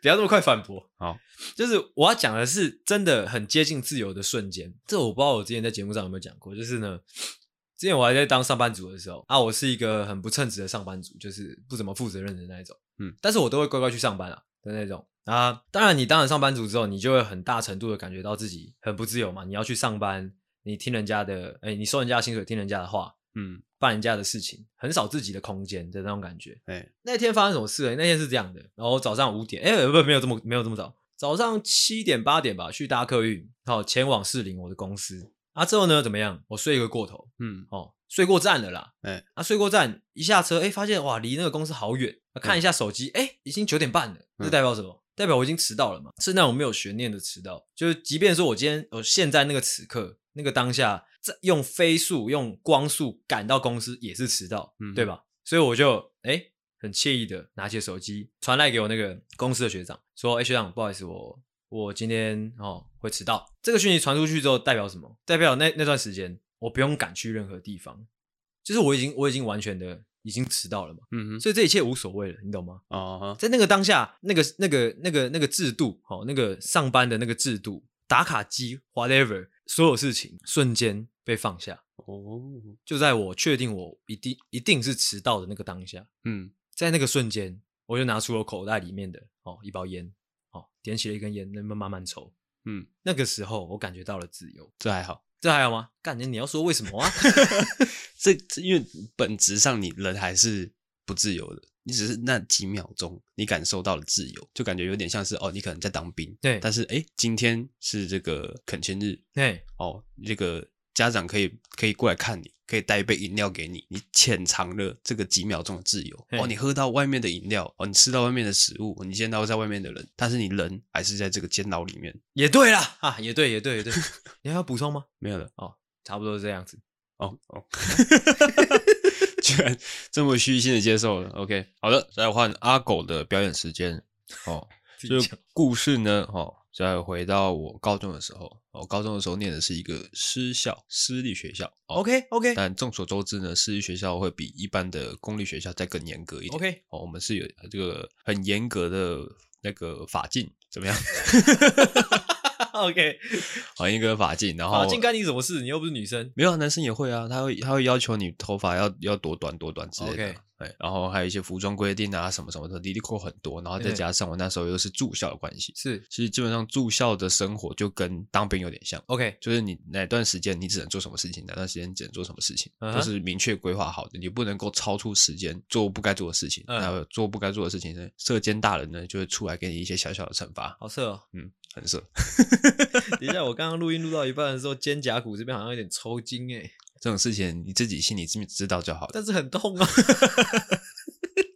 S1: 不要那么快反驳。
S2: 好，
S1: 就是我要讲的是真的很接近自由的瞬间。这我不知道我之前在节目上有没有讲过，就是呢，之前我还在当上班族的时候啊，我是一个很不称职的上班族，就是不怎么负责任的那一种。
S2: 嗯，
S1: 但是我都会乖乖去上班啊的那种啊。当然，你当了上班族之后，你就会很大程度的感觉到自己很不自由嘛。你要去上班，你听人家的，哎，你收人家的薪水，听人家的话，
S2: 嗯，
S1: 办人家的事情，很少自己的空间的那种感觉。
S2: 哎，
S1: 那天发生什么事了？那天是这样的，然后早上五点，哎、不，没有这么没有这么早，早上七点八点吧，去搭客运，好前往士林我的公司。啊，之后呢怎么样？我睡一个过头，
S2: 嗯
S1: 哦，睡过站了啦。
S2: 哎
S1: 啊，睡过站一下车，哎、发现哇，离那个公司好远。啊看一下手机，哎、已经九点半了，这
S2: 嗯
S1: 代表什么？代表我已经迟到了嘛？是那种没有悬念的迟到，就是即便说我今天，我呃现在那个此刻那个当下，在用飞速、用光速赶到公司也是迟到，
S2: 嗯
S1: 对吧？所以我就哎、很惬意的拿起手机传来给我那个公司的学长，说：“哎、学长，不好意思，我我今天哦会迟到。”这个讯息传出去之后，代表什么？代表那那段时间我不用赶去任何地方，就是我已经我已经完全的已经迟到了嘛，
S2: 嗯哼，
S1: 所以这一切无所谓了，你懂吗？
S2: 哦，
S1: 在那个当下，那个那个那个那个制度，哦，那个上班的那个制度，打卡机 whatever，所有事情瞬间被放下，
S2: 哦，
S1: 就在我确定我一定一定是迟到的那个当下，
S2: 嗯，
S1: 在那个瞬间，我就拿出我口袋里面的哦一包烟，哦点起了一根烟，那么慢慢抽。
S2: 嗯，
S1: 那个时候我感觉到了自由，
S2: 这还好。
S1: 这还有吗？干，你你要说为什么啊？
S2: 这这因为本质上你人还是不自由的，你只是那几秒钟你感受到了自由，就感觉有点像是哦，你可能在当兵，
S1: 对
S2: 但是哎，今天是这个恳亲日
S1: 嘿，
S2: 哦，这个家长可以可以过来看你，可以带一杯饮料给你，你潜藏了这个几秒钟的自由
S1: 嘿
S2: 哦，你喝到外面的饮料哦，你吃到外面的食物，你见到在外面的人，但是你人还是在这个监牢里面，
S1: 也对啦，啊，也对，也对，也对。你还要补充吗？
S2: 没有了
S1: 差不多是这样子。
S2: 哦哦。 居然这么虚心的接受了，OK，好的，再换阿狗的表演时间哦。
S1: 自
S2: 就
S1: 己
S2: 是
S1: 讲
S2: 故事呢，哦，再回到我高中的时候，我、高中的时候念的是一个私校，私立学校。哦
S1: OK OK
S2: 但众所周知呢，私立学校会比一般的公立学校再更严格一点。
S1: OK，
S2: 哦，我们是有这个很严格的那个法禁，怎么样？
S1: OK，
S2: 很严格的法禁，然后
S1: 好，进干你什么事？你又不是女生。
S2: 没有啊，男生也会啊，他会他会要求你头发要要多短多短之类的
S1: OK
S2: 啊，哎，然后还有一些服装规定啊，什么什么的，滴滴扣很多，然后再
S1: 嗯
S2: 加上我那时候又是住校的关系，
S1: 是
S2: 其实基本上住校的生活就跟当兵有点像，
S1: OK，
S2: 就是你哪段时间你只能做什么事情，哪段时间只能做什么事情，
S1: 嗯哼
S2: 都是明确规划好的，你不能够超出时间做不该做的事情。
S1: 嗯
S2: 那做不该做的事情呢，射箭大人呢就会出来给你一些小小的惩罚，
S1: 好色哦。
S2: 嗯，很色，
S1: 等一下，我刚刚录音录到一半的时候，肩胛骨这边好像有点抽筋哎，
S2: 这种事情你自己心里知知道就好了。
S1: 但是很痛啊。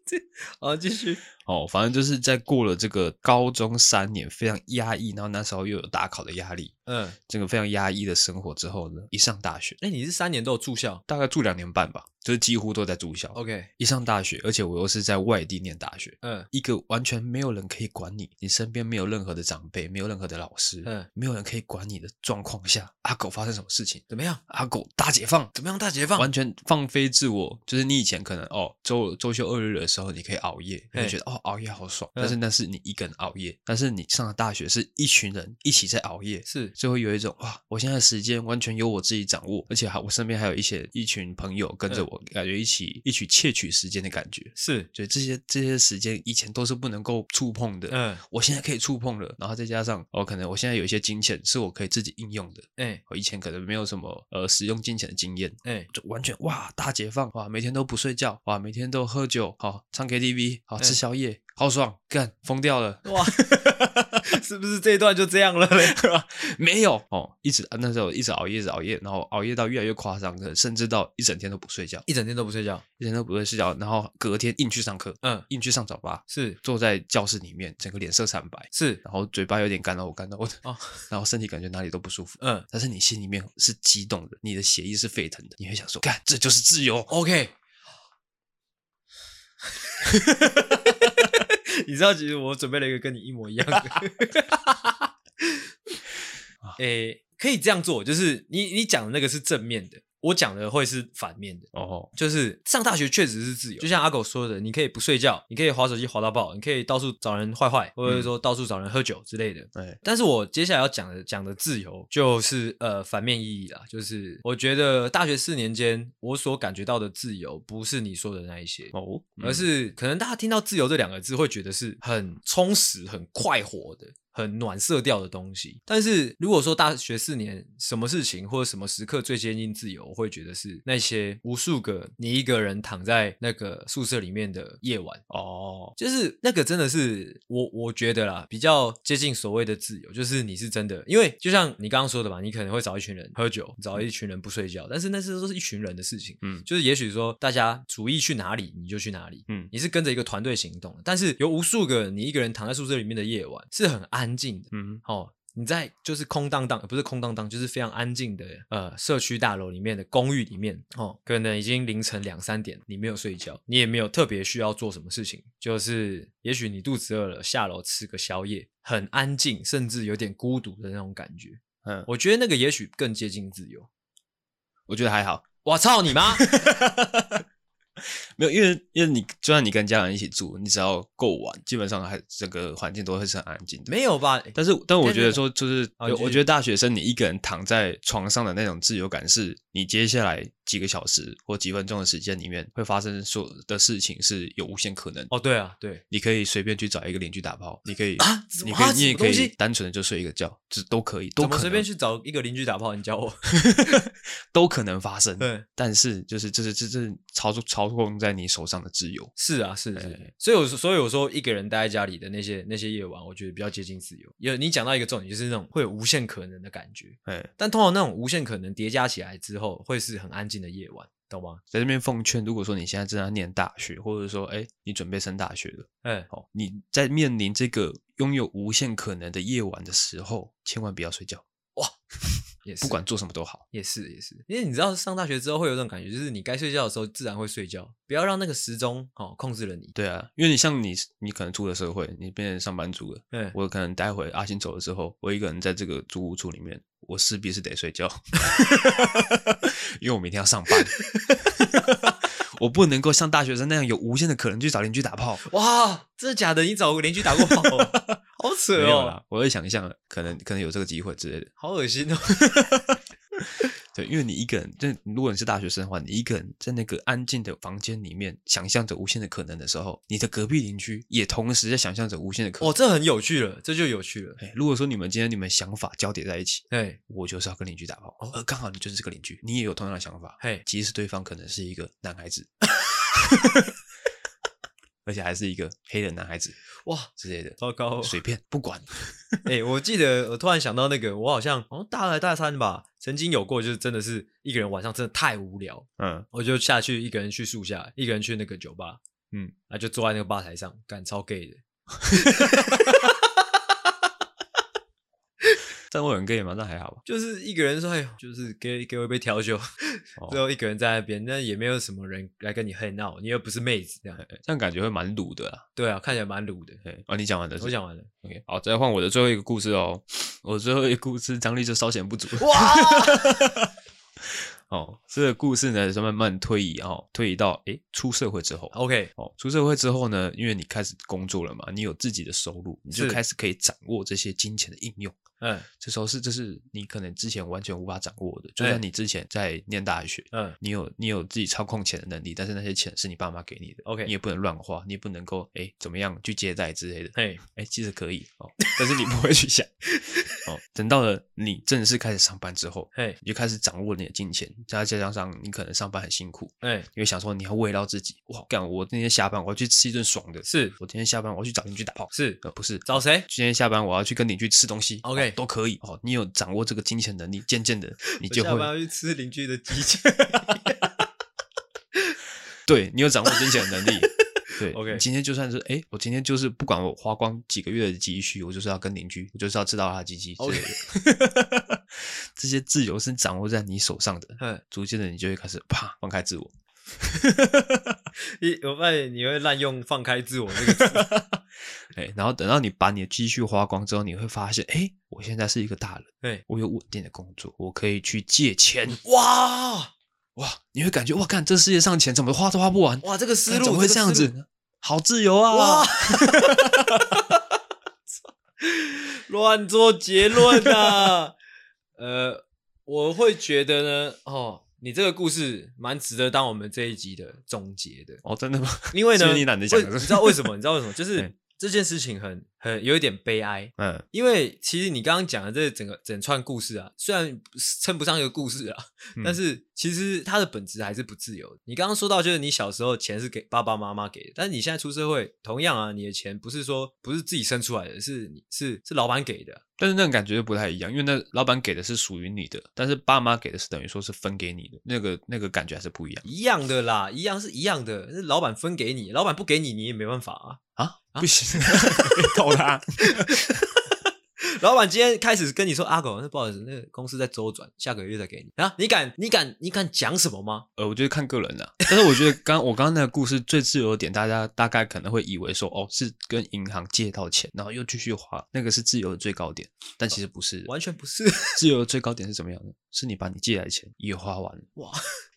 S1: 这 好，继续。
S2: 哦，反正就是在过了这个高中三年非常压抑，然后那时候又有打考的压力，
S1: 嗯，
S2: 这个非常压抑的生活之后呢，一上大学，
S1: 哎、你是三年都有住校
S2: 大概住两年半吧，就是几乎都在住校。
S1: ？OK，
S2: 一上大学，而且我又是在外地念大学，
S1: 嗯
S2: 一个完全没有人可以管你，你身边没有任何的长辈，没有任何的老师，
S1: 嗯，
S2: 没有人可以管你的状况下，阿狗发生什么事情？
S1: 怎么样？
S2: 阿狗大解放，
S1: 怎么样？大解放？
S2: 完全放飞自我，就是你以前可能哦周周休二日的时候，你可以熬夜，你
S1: 嘿
S2: 会觉得哦熬夜好爽，
S1: 嗯
S2: 但是那是你一个人熬夜，但是你上了大学是一群人一起在熬夜。
S1: 是
S2: 就会有一种哇，我现在的时间完全由我自己掌握，而且还我身边还有一些一群朋友跟着
S1: 嗯
S2: 我，感觉一起一起窃取时间的感觉。
S1: 是，
S2: 所以这些这些时间以前都是不能够触碰的，
S1: 嗯，
S2: 我现在可以触碰了。然后再加上哦，可能我现在有一些金钱是我可以自己应用的，
S1: 哎、
S2: 我以前可能没有什么呃使用金钱的经验，
S1: 哎、
S2: 就完全哇大解放哇，每天都不睡觉哇，每天都喝酒好唱 KTV 好吃
S1: 嗯
S2: 宵夜，好爽，干疯掉了。
S1: 哇， 是不是这一段就这样了嘞？
S2: 没有哦，一直那时候一直熬夜，一直熬夜，然后熬夜到越来越夸张，可能甚至到一整天都不睡觉，
S1: 一整天都不睡觉，
S2: 一整天都不睡觉，然后隔天硬去上课，
S1: 嗯，
S2: 硬去上早八，
S1: 是
S2: 坐在教室里面，整个脸色惨白，
S1: 是，
S2: 然后嘴巴有点干呕干呕的，
S1: 哦，
S2: 然后身体感觉哪里都不舒服。
S1: 嗯
S2: 但是你心里面是激动的，你的血液是沸腾的，你会想说：“干，这就是自由。
S1: ，OK。你知道，其实我准备了一个跟你一模一样的， 诶、可以这样做，就是你你讲的那个是正面的，我讲的会是反面的。”
S2: 哦，
S1: 就是上大学确实是自由，就像阿狗说的，你可以不睡觉，你可以划手机划到爆，你可以到处找人坏坏，或者说到处找人喝酒之类的。
S2: 哎，
S1: 但是我接下来要讲的讲的自由，就是呃反面意义啦，就是我觉得大学四年间我所感觉到的自由，不是你说的那一些。
S2: 哦，嗯
S1: 而是可能大家听到“自由”这两个字，会觉得是很充实、很快活的、很暖色调的东西。但是如果说大学四年，什么事情或者什么时刻最接近自由，我会觉得是那些无数个你一个人躺在那个宿舍里面的夜晚。
S2: 哦，
S1: 就是那个真的是我我觉得啦，比较接近所谓的自由，就是你是真的，因为就像你刚刚说的嘛，你可能会找一群人喝酒，找一群人不睡觉，但是那是都是一群人的事情，
S2: 嗯
S1: 就是也许说大家主意去哪里你就去哪里，
S2: 嗯
S1: 你是跟着一个团队行动的，但是有无数个你一个人躺在宿舍里面的夜晚是很安静的，
S2: 嗯，
S1: 哦。你在就是空荡荡，呃不是空荡荡，就是非常安静的呃社区大楼里面的公寓里面哦，可能已经凌晨两三点，你没有睡觉，你也没有特别需要做什么事情，就是也许你肚子饿了，下楼吃个宵夜，很安静，甚至有点孤独的那种感觉。
S2: 嗯
S1: 我觉得那个也许更接近自由。
S2: 我觉得还好，
S1: 我操你 妈！
S2: 没有，因为因为你就算你跟家人一起住，你只要够晚，基本上还整个环境都会是很安静的。
S1: 没有吧？
S2: 但是，但我
S1: 对
S2: 觉
S1: 对
S2: 得
S1: 对
S2: 说，就是
S1: 哦你
S2: 有
S1: 继续
S2: 我觉得大学生你一个人躺在床上的那种自由感，是你接下来几个小时或几分钟的时间里面会发生所有的事情是有无限可能的。
S1: 哦，对啊，对
S2: 你可以随便去找一个邻居打炮，你可以
S1: 啊
S2: 你
S1: 啊
S2: 可以
S1: 什
S2: 你也
S1: 么
S2: 可
S1: 东西
S2: 以单纯的就睡一个觉，这都可以，都
S1: 怎么
S2: 可
S1: 随便
S2: 能
S1: 去找一个邻居打炮？你教 我。
S2: 都可能发生。
S1: 对，
S2: 但是就是这是这是操纵操控在你手上的自由。
S1: 是啊，是
S2: 对
S1: 是，所以我说所以我说一个人待在家里的那些那些夜晚，我觉得比较接近自由。有你讲到一个重点，就是那种会有无限可能的感觉，
S2: 哎，
S1: 但通常那种无限可能叠加起来之后，会是很安静的夜晚，懂吗？
S2: 在这边奉劝，如果说你现在正在念大学，或者说哎你准备升大学了。
S1: 嗯，
S2: 哦，你在面临这个拥有无限可能的夜晚的时候，千万不要睡觉，
S1: 也是，
S2: 不管做什么都好。
S1: 也是也是，因为你知道上大学之后会有种感觉，就是你该睡觉的时候自然会睡觉，不要让那个时钟哦控制了你。
S2: 对啊，因为你像你，你可能出了社会，你变成上班族了。
S1: 嗯，
S2: 我可能待会阿星走了之后，我一个人在这个租屋处里面，我势必是得睡觉， 因为我明天要上班， 我不能够像大学生那样有无限的可能去找邻居打炮。
S1: 哇，真的假的？你找个邻居打过炮哦、 好扯
S2: 没有
S1: 哦，
S2: 啦，我会想象可能可能有这个机会之类的。
S1: 好恶心哦。
S2: 对，因为你一个人，就如果你是大学生的话，你一个人在那个安静的房间里面，想象着无限的可能的时候，你的隔壁邻居也同时在想象着无限的可能。
S1: 哦，这很有趣了，这就有趣了。
S2: 哎，如果说你们今天你们想法交叠在一起，
S1: 嘿，
S2: 我就是要跟邻居打炮，而刚好你就是这个邻居，你也有同样的想法，
S1: 嘿，
S2: 即使对方可能是一个男孩子，而且还是一个黑人男孩子
S1: 哇，
S2: 之类的，
S1: 糟糕、哦。
S2: 随便不管。
S1: 哎、我记得我突然想到那个，我好像好像大二大三吧，曾经有过，就是真的是一个人晚上真的太无聊，
S2: 嗯，
S1: 我就下去一个人去树下，一个人去那个酒吧，
S2: 嗯，
S1: 那就坐在那个吧台上，干超 gay 的，
S2: 这样会很 gay 吗？那还好吧。
S1: 就是一个人说，哎呦，就是 gay gay 会被调酒，
S2: 哦
S1: 最后一个人在那边，那也没有什么人来跟你嘿闹，你又不是妹子这样，
S2: 哎这样感觉会蛮鲁的啦。
S1: 对啊，看起来蛮鲁的。
S2: 对，哦，你讲完了是不
S1: 我
S2: 是，
S1: 讲完了，
S2: OK。好，再换我的最后一个故事哦。我最后一个故事张力就稍显不足。
S1: 哇，
S2: 哦，这个故事呢，是慢慢推移哦，推移到诶出社会之后。
S1: OK，
S2: 哦，出社会之后呢，因为你开始工作了嘛，你有自己的收入，你就是开始可以掌握这些金钱的应用。
S1: 嗯
S2: 这时候是，这是你可能之前完全无法掌握的。就
S1: 哎
S2: 算你之前在念大学，
S1: 嗯，
S2: 你有你有自己操控钱的能力，但是那些钱是你爸妈给你的
S1: OK
S2: 你也不能乱花，你也不能够哎怎么样去借贷之类的。
S1: 嘿，
S2: 哎，其实可以哦，但是你不会去 想哦。等到了你正式开始上班之后，
S1: 嘿，
S2: 你就开始掌握你的金钱，再加上你可能上班很辛苦，
S1: 哎，
S2: 你会想说你要慰劳自己，哇，干我今天下班我要去吃一顿爽的，
S1: 是
S2: 我今天下班我要去找邻居打炮，
S1: 是，
S2: 呃，不是。
S1: 找谁？
S2: 今天下班我要去跟邻居吃东西
S1: OK
S2: 哦都可以哦。你有掌握这个金钱能力，渐渐的你
S1: 我
S2: 就
S1: 下班
S2: 会
S1: 要去吃邻居的 鸡脚。
S2: 对你有掌握金钱的能力。对
S1: OK
S2: 你今天就算是哎，诶我今天就是不管我花光几个月的积蓄，我就是要跟邻居，我就是要知道他的鸡鸡之类的。 这些自由是掌握在你手上的，
S1: 嗯，
S2: 逐渐的你就会开始啪放开自我。
S1: 一我发现你会滥用“放开自我”这个词。
S2: 哎，然后等到你把你的积蓄花光之后，你会发现，哎，我现在是一个大人，
S1: 对，
S2: 我有稳定的工作，我可以去借钱，
S1: 哇
S2: 哇，你会感觉，哇，看这世界上钱怎么花都花不完，
S1: 哇，这个思
S2: 干
S1: 路
S2: 怎么会
S1: 个
S2: 这样
S1: 思
S2: 子
S1: 路
S2: 呢？好自由啊！
S1: 哇，乱做结论啊！呃，我会觉得呢，哦，你这个故事蛮值得当我们这一集的总结的，
S2: 哦，真的吗？
S1: 因为
S2: 是
S1: 呢，
S2: 因为你懒得讲
S1: 为
S2: 了
S1: 你知道为什么？你知道为什么？ 就是
S2: 嗯
S1: 这件事情很很有一点悲哀，
S2: 嗯，
S1: 因为其实你刚刚讲的这整个整串故事啊，虽然称不上一个故事啊，
S2: 嗯
S1: 但是其实它的本质还是不自由的。你刚刚说到，就是你小时候钱是给爸爸妈妈给的，但是你现在出社会，同样啊，你的钱不是说不是自己生出来的，是你是是老板给的。
S2: 但是那种感觉就不太一样，因为那老板给的是属于你的，但是爸妈给的是等于说是分给你的，那个那个感觉还是不一样
S1: 一样的啦，一样是一样的，是老板分给你，老板不给你，你也没办法啊。
S2: 啊， 不行，搞他，
S1: 老板今天开始跟你说阿狗，那不好意思，那个公司在周转，下个月再给你啊。你敢你敢你敢讲什么吗？
S2: 呃，我觉得看个人啦、但是我觉得刚我刚刚那个故事最自由的点，大家大概可能会以为说，哦，是跟银行借到钱，然后又继续花，那个是自由的最高点，但其实不是。
S1: 完全不是，
S2: 自由的最高点是怎么样的？是你把你借来的钱也花完了，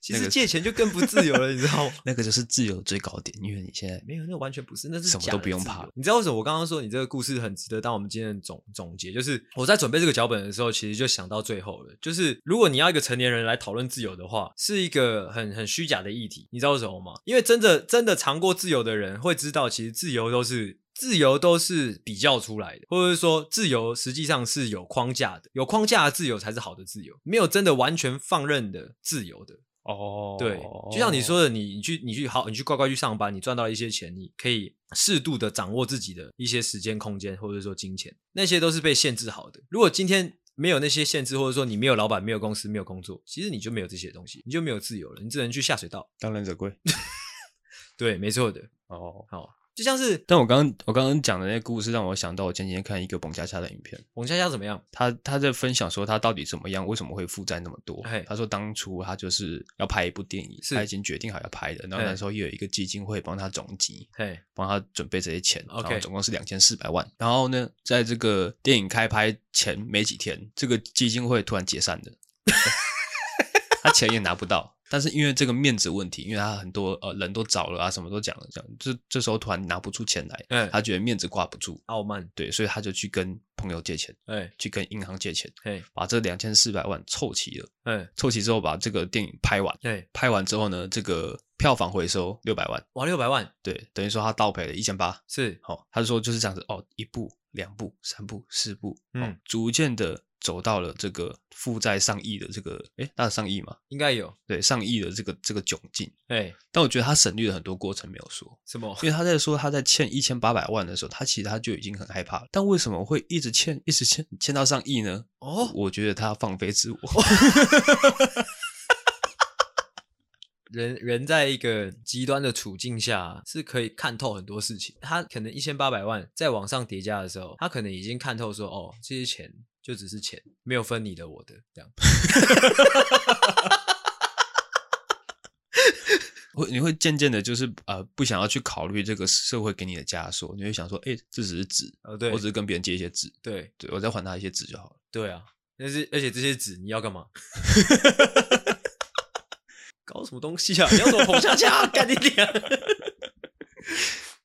S1: 其实借钱就更不自由了，你知道吗？
S2: 那个就是自由的最高点，因为你现在
S1: 没有，那完全不是，那是
S2: 什么
S1: 假
S2: 都
S1: 的
S2: 不用
S1: 自由
S2: 怕。
S1: 你知道为什么我刚刚说你这个故事很值得当我们今天的总总结？就是我在准备这个脚本的时候，其实就想到最后了，就是如果你要一个成年人来讨论自由的话，是一个很很虚假的议题。你知道为什么吗？因为真的真的尝过自由的人会知道，其实自由都是。自由都是比较出来的，或者是说，自由实际上是有框架的，有框架的自由才是好的自由，没有真的完全放任的自由的。
S2: 哦
S1: 对，就像你说的，你你去你去好，你去乖乖去上班，你赚到一些钱，你可以适度的掌握自己的一些时间、空间，或者说金钱，那些都是被限制好的。如果今天没有那些限制，或者说你没有老板、没有公司、没有工作，其实你就没有这些东西，你就没有自由了，你只能去下水道。
S2: 当忍者龟
S1: 对，没错的。
S2: 哦。
S1: 好，就像是
S2: 但我刚刚我刚刚讲的那个故事，让我想到我前几天看一个彭恰恰的影片，
S1: 我们恰恰怎么样？
S2: 他他在分享说他到底怎么样，为什么会负债那么多
S1: 嘿？
S2: 他说当初他就是要拍一部电影，
S1: 是
S2: 他已经决定好要拍的，然后
S1: 嘿
S2: 那时候又有一个基金会帮他总集，
S1: 嘿，
S2: 帮他准备这些钱，然
S1: OK
S2: 后总共是两千四百万。然后呢，在这个电影开拍前没几天，这个基金会突然解散了， 他钱也拿不到。但是因为这个面子问题，因为他很多呃人都找了啊，什么都讲了，这样这这时候突然拿不出钱来，
S1: 嗯，
S2: 他觉得面子挂不住，
S1: 傲慢，
S2: 对，所以他就去跟朋友借钱，
S1: 哎，
S2: 去跟银行借钱，
S1: 嘿，
S2: 把这两千四百万凑齐了，
S1: 哎，
S2: 凑齐之后把这个电影拍完，
S1: 哎，
S2: 拍完之后呢，这个票房回收六百万，
S1: 哇，六百万
S2: 对，等于说他倒赔了一千八。
S1: 是
S2: 好、他就说就是这样子哦，一步、两步、三步、四步，哦
S1: 嗯，
S2: 逐渐的走到了这个负债上亿的这个，诶，那是上亿嘛，
S1: 应该有，
S2: 对，上亿的这个这个窘境。
S1: 哎，
S2: 但我觉得他省略了很多过程没有说，
S1: 什么？
S2: 因为他在说他在欠一千八百万的时候，他其实他就已经很害怕了，但为什么会一直欠，一直欠，欠到上亿呢？
S1: 哦，
S2: 我觉得他放飞自我，
S1: 人人在一个极端的处境下，是可以看透很多事情。他可能一千八百万在往上叠加的时候，他可能已经看透说，哦，这些钱就只是钱，没有分你的我的这样。
S2: 会你会渐渐的，就是呃，不想要去考虑这个社会给你的枷锁，你会想说，哎、这只是纸，
S1: 呃，对
S2: 我，只是跟别人借一些纸，
S1: 对，
S2: 对我再还他一些纸就好了。
S1: 对啊。但是而且这些纸你要干嘛？搞什么东西啊？ 你要什么捧恰恰？干你点！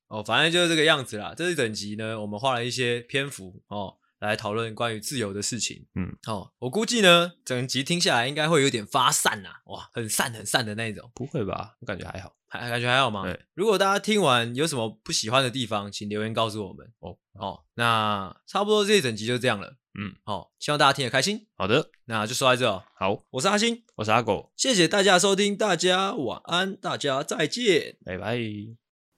S1: 哦，反正就是这个样子啦。这一整集呢，我们花了一些篇幅哦，来讨论关于自由的事情。
S2: 嗯，
S1: 哦，我估计呢，整集听下来应该会有点发散呐、哇，很散很散的那一种，
S2: 不会吧？我感觉还好。
S1: 还还感觉还好吗
S2: 对？
S1: 如果大家听完有什么不喜欢的地方，请留言告诉我们。
S2: 哦
S1: 哦，那差不多这一整集就这样了。
S2: 嗯，
S1: 哦，希望大家听得开心。
S2: 好的，
S1: 那就说到这哦，
S2: 好，
S1: 我是阿星，
S2: 我是阿狗，
S1: 谢谢大家的收听，大家晚安，大家再见。
S2: 拜拜。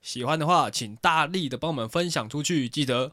S3: 喜欢的话，请大力的帮我们分享出去。记得